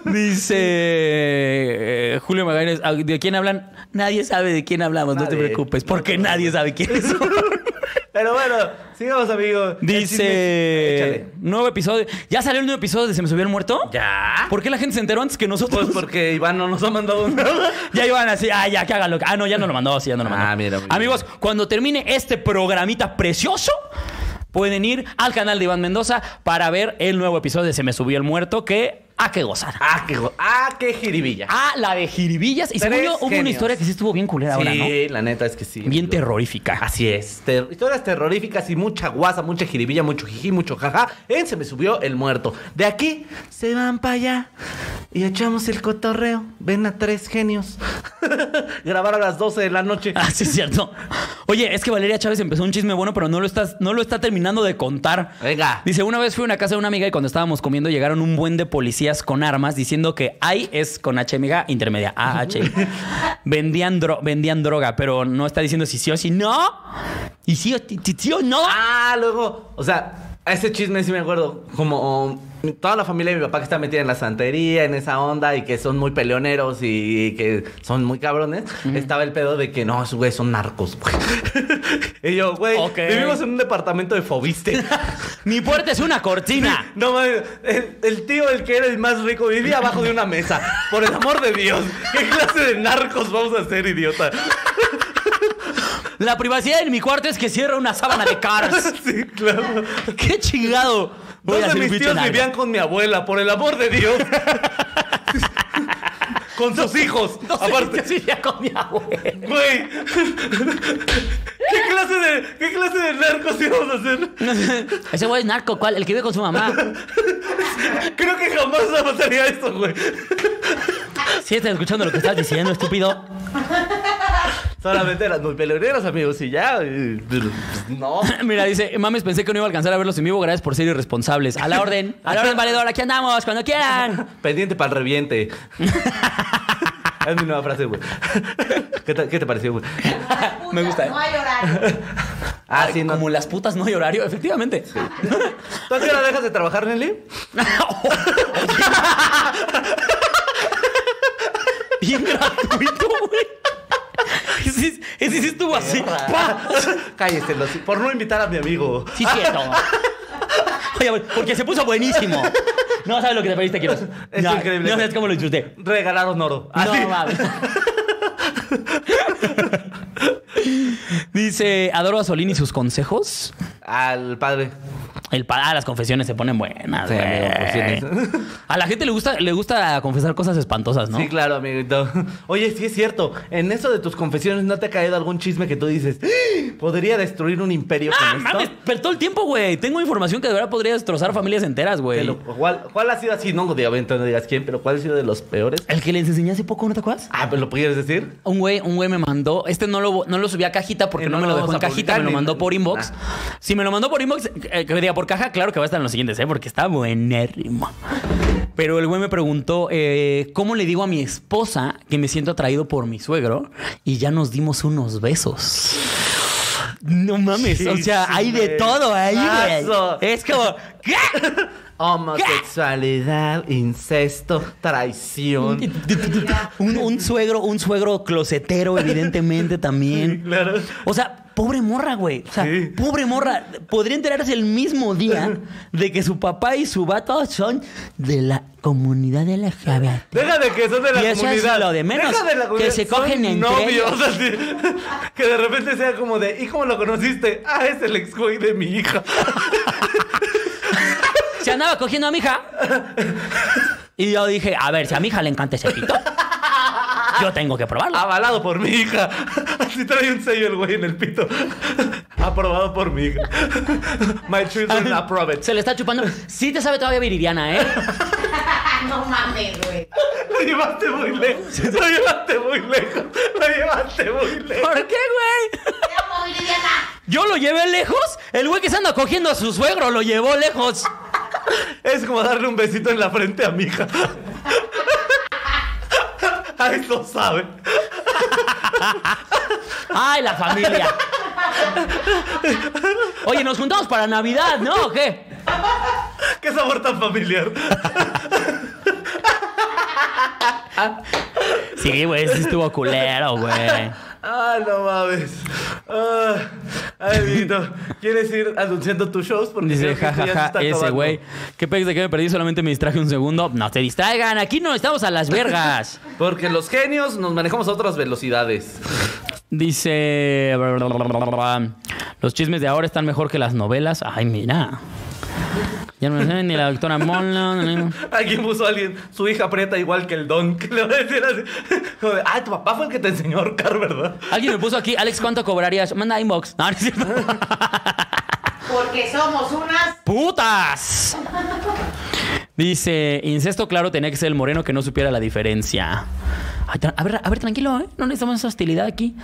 Speaker 2: Dice eh, Julio Magallanes, ¿a- ¿de quién hablan? Nadie sabe de quién hablamos, no te
Speaker 1: Nadie.
Speaker 2: preocupes, porque nadie sabe quiénes son.
Speaker 1: Pero bueno, sigamos, amigos.
Speaker 2: Dice,
Speaker 1: Échale.
Speaker 2: nuevo episodio. ¿Ya salió el nuevo episodio de Se me subió el muerto?
Speaker 1: ¿Ya?
Speaker 2: ¿Por qué la gente se enteró antes que nosotros?
Speaker 1: Pues porque Iván no nos ha mandado nada.
Speaker 2: Ya iban así, ah, ya que hagan lo que. Ah, no, ya no lo mandó, sí, ya no lo mandó.
Speaker 1: Ah, mira, muy bien.
Speaker 2: Amigos, cuando termine este programita precioso, pueden ir al canal de Iván Mendoza para ver el nuevo episodio de Se me subió el muerto, que a que gozar.
Speaker 1: Ah, qué, jo- ah, qué jiribilla.
Speaker 2: Ah, la de jiribillas. Y
Speaker 1: Tres
Speaker 2: según yo, hubo una
Speaker 1: genios.
Speaker 2: historia que sí estuvo bien culera ahora, ¿no?
Speaker 1: sí, la neta es que sí.
Speaker 2: Bien
Speaker 1: Yo-
Speaker 2: terrorífica.
Speaker 1: Así es. Ter- historias terroríficas y mucha guasa, mucha jiribilla, mucho jiji, mucho jaja. En se me subió el muerto. De aquí se van para allá y echamos el cotorreo. Ven a tres genios. Grabar a las 12 de la noche.
Speaker 2: Ah, sí, es cierto. Oye, es que Valeria Chávez empezó un chisme bueno, pero no lo, estás, no lo está terminando de contar.
Speaker 1: Venga.
Speaker 2: Dice, una vez fui a una casa de una amiga y cuando estábamos comiendo llegaron un buen de policías con armas diciendo que ay es con H amiga intermedia, AH. vendían, dro- vendían droga, pero no está diciendo si sí o si no. Y sí o, ti- ti- sí o no.
Speaker 1: Ah, luego, o sea, a ese chisme sí me acuerdo. Como um, toda la familia de mi papá que está metida en la santería, en esa onda, y que son muy peleoneros y que son muy cabrones. Estaba el pedo de que no, esos güeyes son narcos, güey. y yo, güey,
Speaker 2: Ok.
Speaker 1: vivimos en un departamento de fobiste.
Speaker 2: Mi puerta es una cortina.
Speaker 1: No mames, el, el tío, el que era el más rico, vivía abajo de una mesa. Por el amor de Dios, ¿qué clase de narcos vamos a ser, idiota?
Speaker 2: La privacidad de mi cuarto es que cierra una sábana de cars.
Speaker 1: Sí, claro.
Speaker 2: ¡Qué chingado! Voy
Speaker 1: Dos
Speaker 2: a
Speaker 1: de
Speaker 2: hacer un
Speaker 1: mis
Speaker 2: pinche
Speaker 1: tíos
Speaker 2: live.
Speaker 1: vivían con mi abuela, por el amor de Dios. con sus hijos.
Speaker 2: Aparte,
Speaker 1: aparte.
Speaker 2: yo iría con mi abuela.
Speaker 1: Güey. ¿Qué clase de qué clase de narcos íbamos a hacer?
Speaker 2: Ese güey es narco, ¿cuál? El que vive con su mamá.
Speaker 1: Creo que jamás pasaría esto, güey.
Speaker 2: Sí, estás escuchando lo que estás diciendo, estúpido.
Speaker 1: Solamente eran muy peleoneros, amigos, y ya. y- pero, pues, No.
Speaker 2: Mira, dice, mames, pensé que no iba a alcanzar a verlos en vivo. Gracias por ser irresponsables. A la orden, a la orden, valedor. Aquí andamos, cuando quieran.
Speaker 1: Pendiente para el reviente. Es mi nueva frase, güey. ¿Qué te, qué te pareció, güey?
Speaker 2: Me gusta, ¿eh?
Speaker 5: No hay horario.
Speaker 1: Ah, sí, no.
Speaker 2: Como las putas no hay horario, efectivamente.
Speaker 1: ¿Tú a qué hora dejas de trabajar, Nelly?
Speaker 2: Bien gratuito, güey. Ese, sí- ese sí estuvo así. ¡Pa!
Speaker 1: Cállese, los- por no invitar a mi amigo.
Speaker 2: Sí, cierto. Oye, güey, porque se puso buenísimo. No sabes lo que te perdiste, Quiroz.
Speaker 1: Es
Speaker 2: no,
Speaker 1: increíble.
Speaker 2: No sabes cómo lo disfruté.
Speaker 1: Regalaron oro.
Speaker 2: No
Speaker 1: Así.
Speaker 2: mames. Dice, adoro a Solín y sus consejos.
Speaker 1: Al padre.
Speaker 2: El pa- ah, las confesiones se ponen buenas.
Speaker 1: Sí,
Speaker 2: güey.
Speaker 1: amigo, confesiones.
Speaker 2: a la gente le gusta, le gusta confesar cosas espantosas, ¿no?
Speaker 1: Sí, claro, amiguito. Oye, sí es cierto. En eso de tus confesiones, ¿no te ha caído algún chisme que tú dices? "¡Ah! Podría destruir un imperio
Speaker 2: Ah,
Speaker 1: con
Speaker 2: mames,
Speaker 1: esto.
Speaker 2: pero todo el tiempo, güey. Tengo información que de verdad podría destrozar familias enteras,
Speaker 1: Te
Speaker 2: güey.
Speaker 1: lo- ¿cuál, cuál ha sido así? No, obviamente no digas quién, pero ¿cuál ha sido de los peores?
Speaker 2: El que les enseñé hace poco, ¿no te acuerdas?
Speaker 1: Ah, pero lo pudieras decir.
Speaker 2: Un güey, un güey me mandó, este no lo, no lo subí a cajita porque
Speaker 1: Eh,
Speaker 2: no,
Speaker 1: no
Speaker 2: me
Speaker 1: lo
Speaker 2: lo dejó
Speaker 1: vamos
Speaker 2: en
Speaker 1: a
Speaker 2: cajita, me
Speaker 1: publicar
Speaker 2: lo
Speaker 1: ni-
Speaker 2: mandó por inbox.
Speaker 1: Nah.
Speaker 2: Si me lo mandó por inbox, eh, que me diga por caja, claro que va a estar en los siguientes, ¿eh? porque está buenérrimo. Pero el güey me preguntó, eh, ¿cómo le digo a mi esposa que me siento atraído por mi suegro? Y ya nos dimos unos besos. No mames, o sea, hay de todo ahí, güey.
Speaker 1: Chismesazo.
Speaker 2: Es como, ¿qué?
Speaker 1: Homosexualidad, incesto, traición.
Speaker 2: un, un suegro, un suegro closetero, evidentemente también.
Speaker 1: claro.
Speaker 2: O sea, pobre morra, güey. O sea,
Speaker 1: Sí.
Speaker 2: pobre morra. Podría enterarse el mismo día de que su papá y su vato son de la comunidad de la
Speaker 1: Deja de que son de la
Speaker 2: Y eso es
Speaker 1: comunidad.
Speaker 2: lo de menos,
Speaker 1: Deja de la
Speaker 2: que
Speaker 1: comunidad,
Speaker 2: se
Speaker 1: son
Speaker 2: cogen entre
Speaker 1: novios,
Speaker 2: ellos.
Speaker 1: así. Que de repente sea como de, ¿y cómo lo conociste? Ah, es el ex güey de mi hija.
Speaker 2: Se andaba cogiendo a mi hija. Y yo dije, a ver, si a mi hija le encanta ese pito, yo tengo que probarlo.
Speaker 1: Avalado por mi hija. Así trae un sello el güey en el pito. Aprobado por mi hija. My children approve it.
Speaker 2: Se le está chupando. Sí te sabe todavía viridiana, ¿eh?
Speaker 5: Ah, No mames, güey.
Speaker 1: Lo llevaste muy lejos. Lo llevaste muy lejos. Lo llevaste muy lejos.
Speaker 2: ¿Por qué, güey?
Speaker 5: Era muy liviana.
Speaker 2: Yo lo llevé lejos. El güey que se anda cogiendo a su suegro lo llevó lejos.
Speaker 1: Es como darle un besito en la frente a mi hija. Ay, lo sabe.
Speaker 2: ¡Ay, la familia! Oye, nos juntamos para Navidad, ¿no? ¿O qué?
Speaker 1: Qué sabor tan familiar.
Speaker 2: Sí, güey, sí estuvo culero, güey.
Speaker 1: Ah, no mames. Ah, ay, amiguito, ¿quieres ir anunciando tus shows? Porque
Speaker 2: Dice,
Speaker 1: creo que esto
Speaker 2: jajaja,
Speaker 1: ya se está
Speaker 2: ese
Speaker 1: acabando.
Speaker 2: güey. ¿Qué pex de que me perdí? Solamente me distraje un segundo. No te distraigan, aquí no estamos a las vergas.
Speaker 1: Porque los genios nos manejamos a otras velocidades.
Speaker 2: Dice. Los chismes de ahora están mejor que las novelas. Ay, mira. Ya no sé ni la doctora Mola.
Speaker 1: Aquí puso a alguien, su hija aprieta igual que el don, que le va a decir así. como de, ah, tu papá fue el que te enseñó a ahorcar, ¿verdad?
Speaker 2: Alguien me puso aquí, Alex, ¿cuánto cobrarías? Manda inbox. No, no es cierto.
Speaker 5: Porque somos unas.
Speaker 2: ¡Putas! Dice, incesto, claro, tenía que ser el moreno que no supiera la diferencia. Ay, tra- a, ver, a ver, tranquilo, ¿eh? No necesitamos esa hostilidad aquí.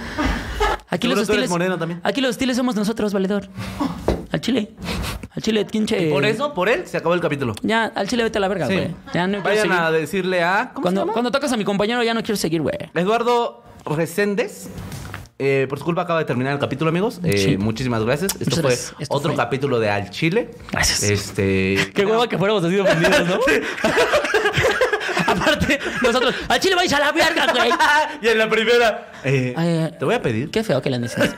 Speaker 2: Aquí
Speaker 1: Seguro
Speaker 2: los
Speaker 1: tú eres
Speaker 2: hostiles.
Speaker 1: moreno también.
Speaker 2: Aquí los hostiles somos nosotros, valedor. Al chile. Al chile, quinche.
Speaker 1: Por eso, por él, se acabó el capítulo.
Speaker 2: Ya, al chile vete a la verga,
Speaker 1: Sí.
Speaker 2: güey. Ya no quiero
Speaker 1: Vayan
Speaker 2: seguir.
Speaker 1: a decirle a. ¿Cómo se
Speaker 2: Cuando,
Speaker 1: llama?
Speaker 2: cuando tocas a mi compañero ya no quiero seguir, güey.
Speaker 1: Eduardo Reséndez. eh, por su culpa acaba de terminar el capítulo, amigos. Eh,
Speaker 2: Sí.
Speaker 1: Muchísimas gracias. Esto
Speaker 2: Muchas
Speaker 1: fue
Speaker 2: gracias. Esto
Speaker 1: otro
Speaker 2: fue-
Speaker 1: capítulo de Al Chile.
Speaker 2: Gracias.
Speaker 1: Este.
Speaker 2: Qué hueva que fuéramos así de ofendidos, ¿no? Aparte, nosotros, al chile vais a la verga, güey.
Speaker 1: y en la primera. eh,
Speaker 2: Ay, ay.
Speaker 1: te voy a pedir.
Speaker 2: Qué feo que la necesitas.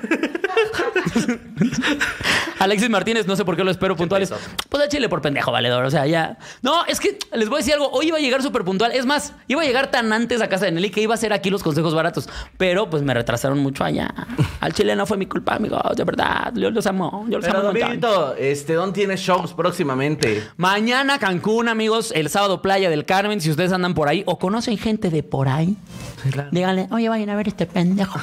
Speaker 2: Alexis Martínez, no sé por qué lo espero puntuales.
Speaker 1: peso.
Speaker 2: Pues a Chile por pendejo, valedor. O sea, ya. No, es que les voy a decir algo. Hoy iba a llegar súper puntual. Es más, iba a llegar tan antes a casa de Nelly que iba a hacer aquí los consejos baratos. Pero pues me retrasaron mucho allá. Al Chile no fue mi culpa, amigos. De verdad. Yo los amo. Yo los
Speaker 1: Pero,
Speaker 2: amo. un montón.
Speaker 1: Dominguito, este, Don tiene shows próximamente.
Speaker 2: Mañana Cancún, amigos. El sábado Playa del Carmen. Si ustedes andan por ahí o conocen gente de por ahí, díganle, oye, vayan a ver este pendejo.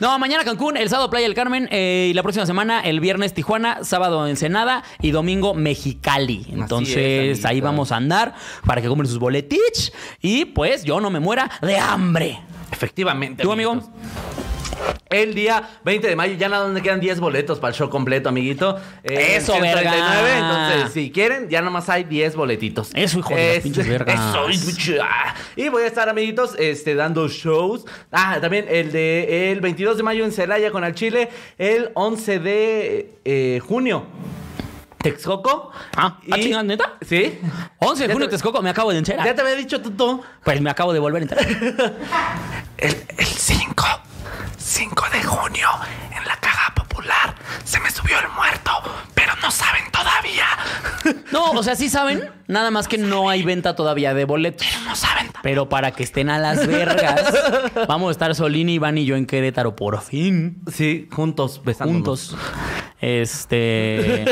Speaker 2: no, mañana Cancún, el sábado Playa del Carmen. eh, y la próxima semana, el viernes Tijuana, sábado Ensenada y domingo Mexicali. Entonces
Speaker 1: amiguito.
Speaker 2: ahí vamos a andar para que compren sus boletich. Y pues yo no me muera de hambre.
Speaker 1: Efectivamente.
Speaker 2: ¿Tú,
Speaker 1: amiguitos.
Speaker 2: amigo?
Speaker 1: El día 20 de mayo ya nada más me quedan 10 boletos para el show completo, amiguito. Eh,
Speaker 2: Eso,
Speaker 1: en
Speaker 2: verga.
Speaker 1: Entonces, si quieren, ya nada más hay 10 boletitos.
Speaker 2: Eso, hijo de las
Speaker 1: Este,
Speaker 2: pinches vergas.
Speaker 1: Eso, hijo de ch- ah. Y voy a estar, amiguitos, este, dando shows. Ah, también el de el 22 de mayo en Celaya con el Chile. El 11 de eh, junio. Texcoco.
Speaker 2: Ah, ah, chinga, ¿neta? Oh,
Speaker 1: Sí.
Speaker 2: 11 de
Speaker 1: Ya
Speaker 2: junio,
Speaker 1: te-
Speaker 2: Texcoco, me acabo de enterar.
Speaker 1: Ya te había dicho, Tuto.
Speaker 2: Pues me acabo de volver a enterar.
Speaker 1: El, 5. 5 de junio, en la caja popular, se me subió el muerto, pero no saben todavía.
Speaker 2: No, o sea, sí saben, nada más que no hay venta todavía de boletos.
Speaker 1: No saben.
Speaker 2: Pero para que estén a las vergas, vamos a estar Solini, Iván y yo en Querétaro, por fin.
Speaker 1: Sí, juntos, besándonos.
Speaker 2: Juntos. Este.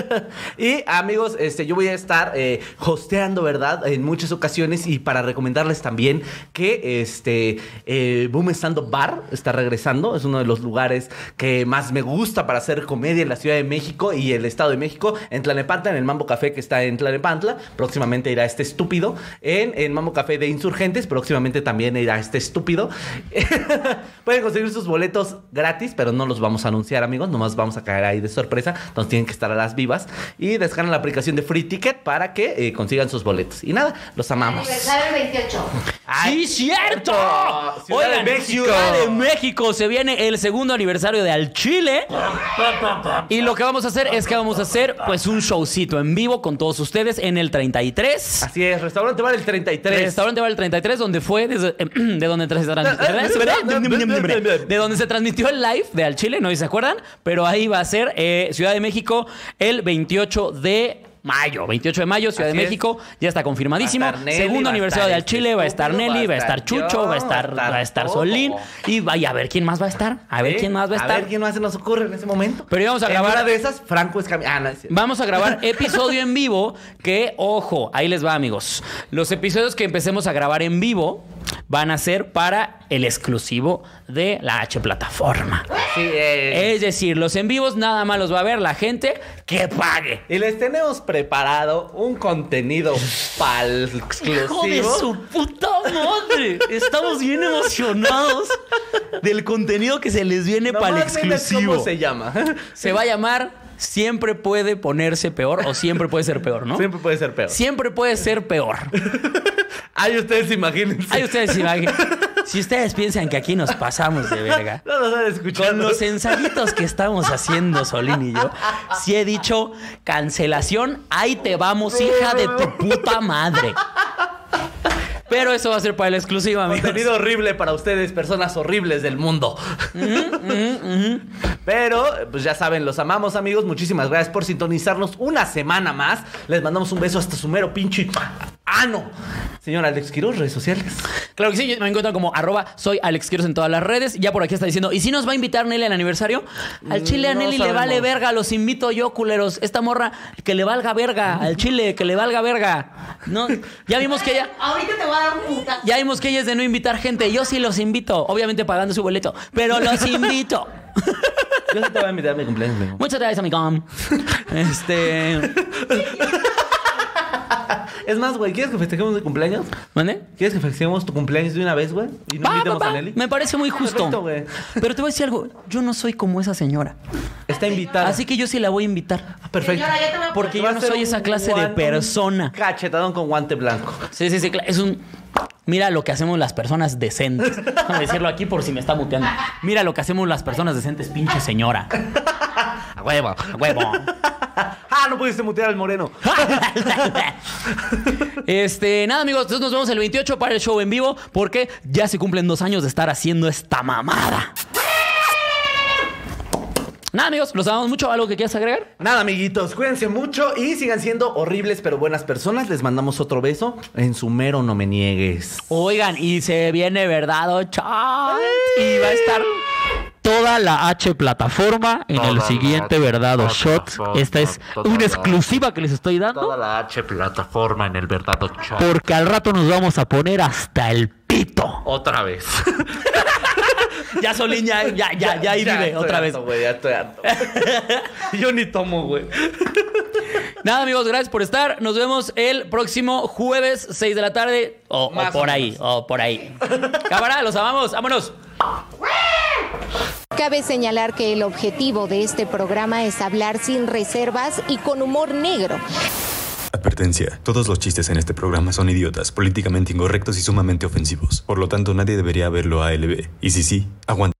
Speaker 1: Y amigos, este, yo voy a estar eh, hosteando, ¿verdad? En muchas ocasiones y para recomendarles también que este eh, Boom Stand Up Bar está regresando. Es uno de los lugares que más me gusta para hacer comedia en la Ciudad de México y el Estado de México. En Tlanepantla, en el Mambo Café que está en Tlanepantla. Próximamente irá este estúpido. En, en Mambo Café de Insurgentes. Próximamente también irá este estúpido. Pueden conseguir sus boletos gratis, pero no los vamos a anunciar, amigos. Nomás vamos a caer ahí de sorpresa. Entonces tienen que estar a las vivas. Y descargan la aplicación de Free Ticket para que eh, consigan sus boletos. Y nada, los amamos.
Speaker 5: Aniversario el 28.
Speaker 2: ¡Sí,
Speaker 1: ¡Ay!
Speaker 2: cierto!
Speaker 1: Ciudad de
Speaker 2: Oigan,
Speaker 1: México.
Speaker 2: Ciudad de México se viene el segundo aniversario de Al Chile. Y lo que vamos a hacer es que vamos a hacer pues un showcito en vivo con todos ustedes en el 33.
Speaker 1: Así es, restaurante bar el 33.
Speaker 2: Restaurante Bar el 33, donde fue desde, em, de donde tras-
Speaker 1: Ah,
Speaker 2: de donde se transmitió el live de Al Chile, no sé si se acuerdan, pero ahí va a ser eh, Ciudad de México el 28 de mayo, 28 de mayo, Ciudad
Speaker 1: Así
Speaker 2: de
Speaker 1: es.
Speaker 2: México, ya está confirmadísimo.
Speaker 1: Va a estar Nelly,
Speaker 2: Segundo
Speaker 1: va a
Speaker 2: aniversario de
Speaker 1: estar
Speaker 2: Al Chile, va a estar
Speaker 1: Estúpido, va
Speaker 2: Nelly, va
Speaker 1: a
Speaker 2: a estar
Speaker 1: estar yo,
Speaker 2: Chucho, va a
Speaker 1: va a
Speaker 2: estar
Speaker 1: estar
Speaker 2: va a estar
Speaker 1: todo.
Speaker 2: Solín y vaya a ver quién más va a estar, a ver
Speaker 1: ¿Sí?
Speaker 2: quién más va a estar.
Speaker 1: ver quién más se nos ocurre en ese momento.
Speaker 2: Pero íbamos a
Speaker 1: En
Speaker 2: grabar-
Speaker 1: una de esas, Franco Escamilla. Ah, no, es cierto.
Speaker 2: Vamos a grabar episodio en vivo que, ojo, ahí les va amigos. Los episodios que empecemos a grabar en vivo van a ser para el exclusivo de la H plataforma.
Speaker 1: Sí, eh,
Speaker 2: Es decir, los en vivos nada más los va a ver la gente que pague.
Speaker 1: Y les tenemos preparado un contenido pal exclusivo.
Speaker 2: Hijo de su puta madre. Estamos bien emocionados del contenido que se les viene
Speaker 1: Nomás
Speaker 2: para el
Speaker 1: diles
Speaker 2: exclusivo.
Speaker 1: ¿Cómo se llama?
Speaker 2: Se va a llamar Siempre puede ponerse peor o siempre puede ser peor, ¿no?
Speaker 1: Siempre puede ser peor.
Speaker 2: Siempre puede ser peor.
Speaker 1: Ay, ustedes imagínense.
Speaker 2: Ay, ustedes imaginen. Si ustedes piensan que aquí nos pasamos de verga.
Speaker 1: No nos han escuchado.
Speaker 2: Con los ensayitos que estamos haciendo, Solín y yo, si he dicho cancelación, ahí te vamos, hija de tu puta madre. Pero eso va a ser para la exclusiva, amigos.
Speaker 1: Contenido horrible para ustedes, personas horribles del mundo.
Speaker 2: Mm,
Speaker 1: Pero, pues ya saben, los amamos, amigos. Muchísimas gracias por sintonizarnos una semana más. Les mandamos un beso hasta su mero pinche ano. Señor Alex Quiroz, redes sociales.
Speaker 2: Claro que sí, yo me encuentro como arroba soy Alex Quiroz en todas las redes. Ya por aquí está diciendo, ¿y si nos va a invitar Nelly al aniversario? Al chile
Speaker 1: Mm,
Speaker 2: a
Speaker 1: no
Speaker 2: Nelly le
Speaker 1: sabemos.
Speaker 2: vale verga, los invito yo, culeros. Esta morra, que le valga verga. Al chile, que le valga verga. No, ya vimos que ella...
Speaker 5: Ahorita te voy a dar un putazo.
Speaker 2: Ya vimos que ella es de no invitar gente. Yo sí los invito, obviamente pagando su boleto, pero los invito.
Speaker 1: Yo sí te voy a invitar a mi cumpleaños, mi amor.
Speaker 2: Muchas gracias, amigón. Este.
Speaker 1: Es más, güey, ¿quieres que festejemos mi cumpleaños?
Speaker 2: ¿Mande?
Speaker 1: ¿Quieres que festejemos tu cumpleaños de una vez, güey? Y no
Speaker 2: Va,
Speaker 1: invitemos
Speaker 2: va, va.
Speaker 1: a Nelly. Ah,
Speaker 2: Me parece muy justo.
Speaker 1: Perfecto, güey.
Speaker 2: pero te voy a decir algo. Yo no soy como esa señora.
Speaker 1: Está invitada.
Speaker 2: Así que yo sí la voy a invitar.
Speaker 1: Ah, perfecto.
Speaker 5: Señora, ya te voy a
Speaker 2: Porque
Speaker 1: Va
Speaker 2: yo
Speaker 1: a
Speaker 2: no
Speaker 1: ser
Speaker 2: soy
Speaker 1: un
Speaker 2: esa clase de
Speaker 1: guan- un
Speaker 2: persona.
Speaker 1: Cachetadón con guante blanco.
Speaker 2: Sí, sí, sí. cla- Es un. Mira lo que hacemos las personas decentes. Déjame decirlo aquí por si me está muteando. Mira lo que hacemos las personas decentes, pinche señora.
Speaker 1: A huevo.
Speaker 2: A huevo.
Speaker 1: Ah, no pudiste mutear al moreno.
Speaker 2: este, nada, amigos, entonces nos vemos el 28 para el show en vivo porque ya se cumplen dos años de estar haciendo esta mamada. Nada, amigos, los amamos mucho. ¿Algo que quieras agregar?
Speaker 1: Nada, amiguitos, cuídense mucho y sigan siendo horribles pero buenas personas. Les mandamos otro beso. En su mero no me niegues.
Speaker 2: Oigan, y se viene verdad, ocho. Y va a estar toda la H plataforma en el siguiente verdad o shot. Esta es una exclusiva que les estoy dando
Speaker 7: la H plataforma en el verdadero show.
Speaker 2: porque al rato nos vamos a poner hasta el pito.
Speaker 7: Otra vez.
Speaker 2: Ya Solín, ya, ya, ya, ya ahí vive
Speaker 1: estoy
Speaker 2: otra vez.
Speaker 1: harto, güey, ya estoy harto. Yo ni tomo, güey.
Speaker 2: Nada, amigos, gracias por estar. Nos vemos el próximo jueves, 6 de la tarde. O, o
Speaker 1: Más o
Speaker 2: por ahí, o por ahí. Cámara, los amamos. Vámonos.
Speaker 8: Cabe señalar que el objetivo de este programa es hablar sin reservas y con humor negro.
Speaker 9: Advertencia, todos los chistes en este programa son idiotas, políticamente incorrectos y sumamente ofensivos. Por lo tanto, nadie debería verlo a ALB. Y si sí, aguanta.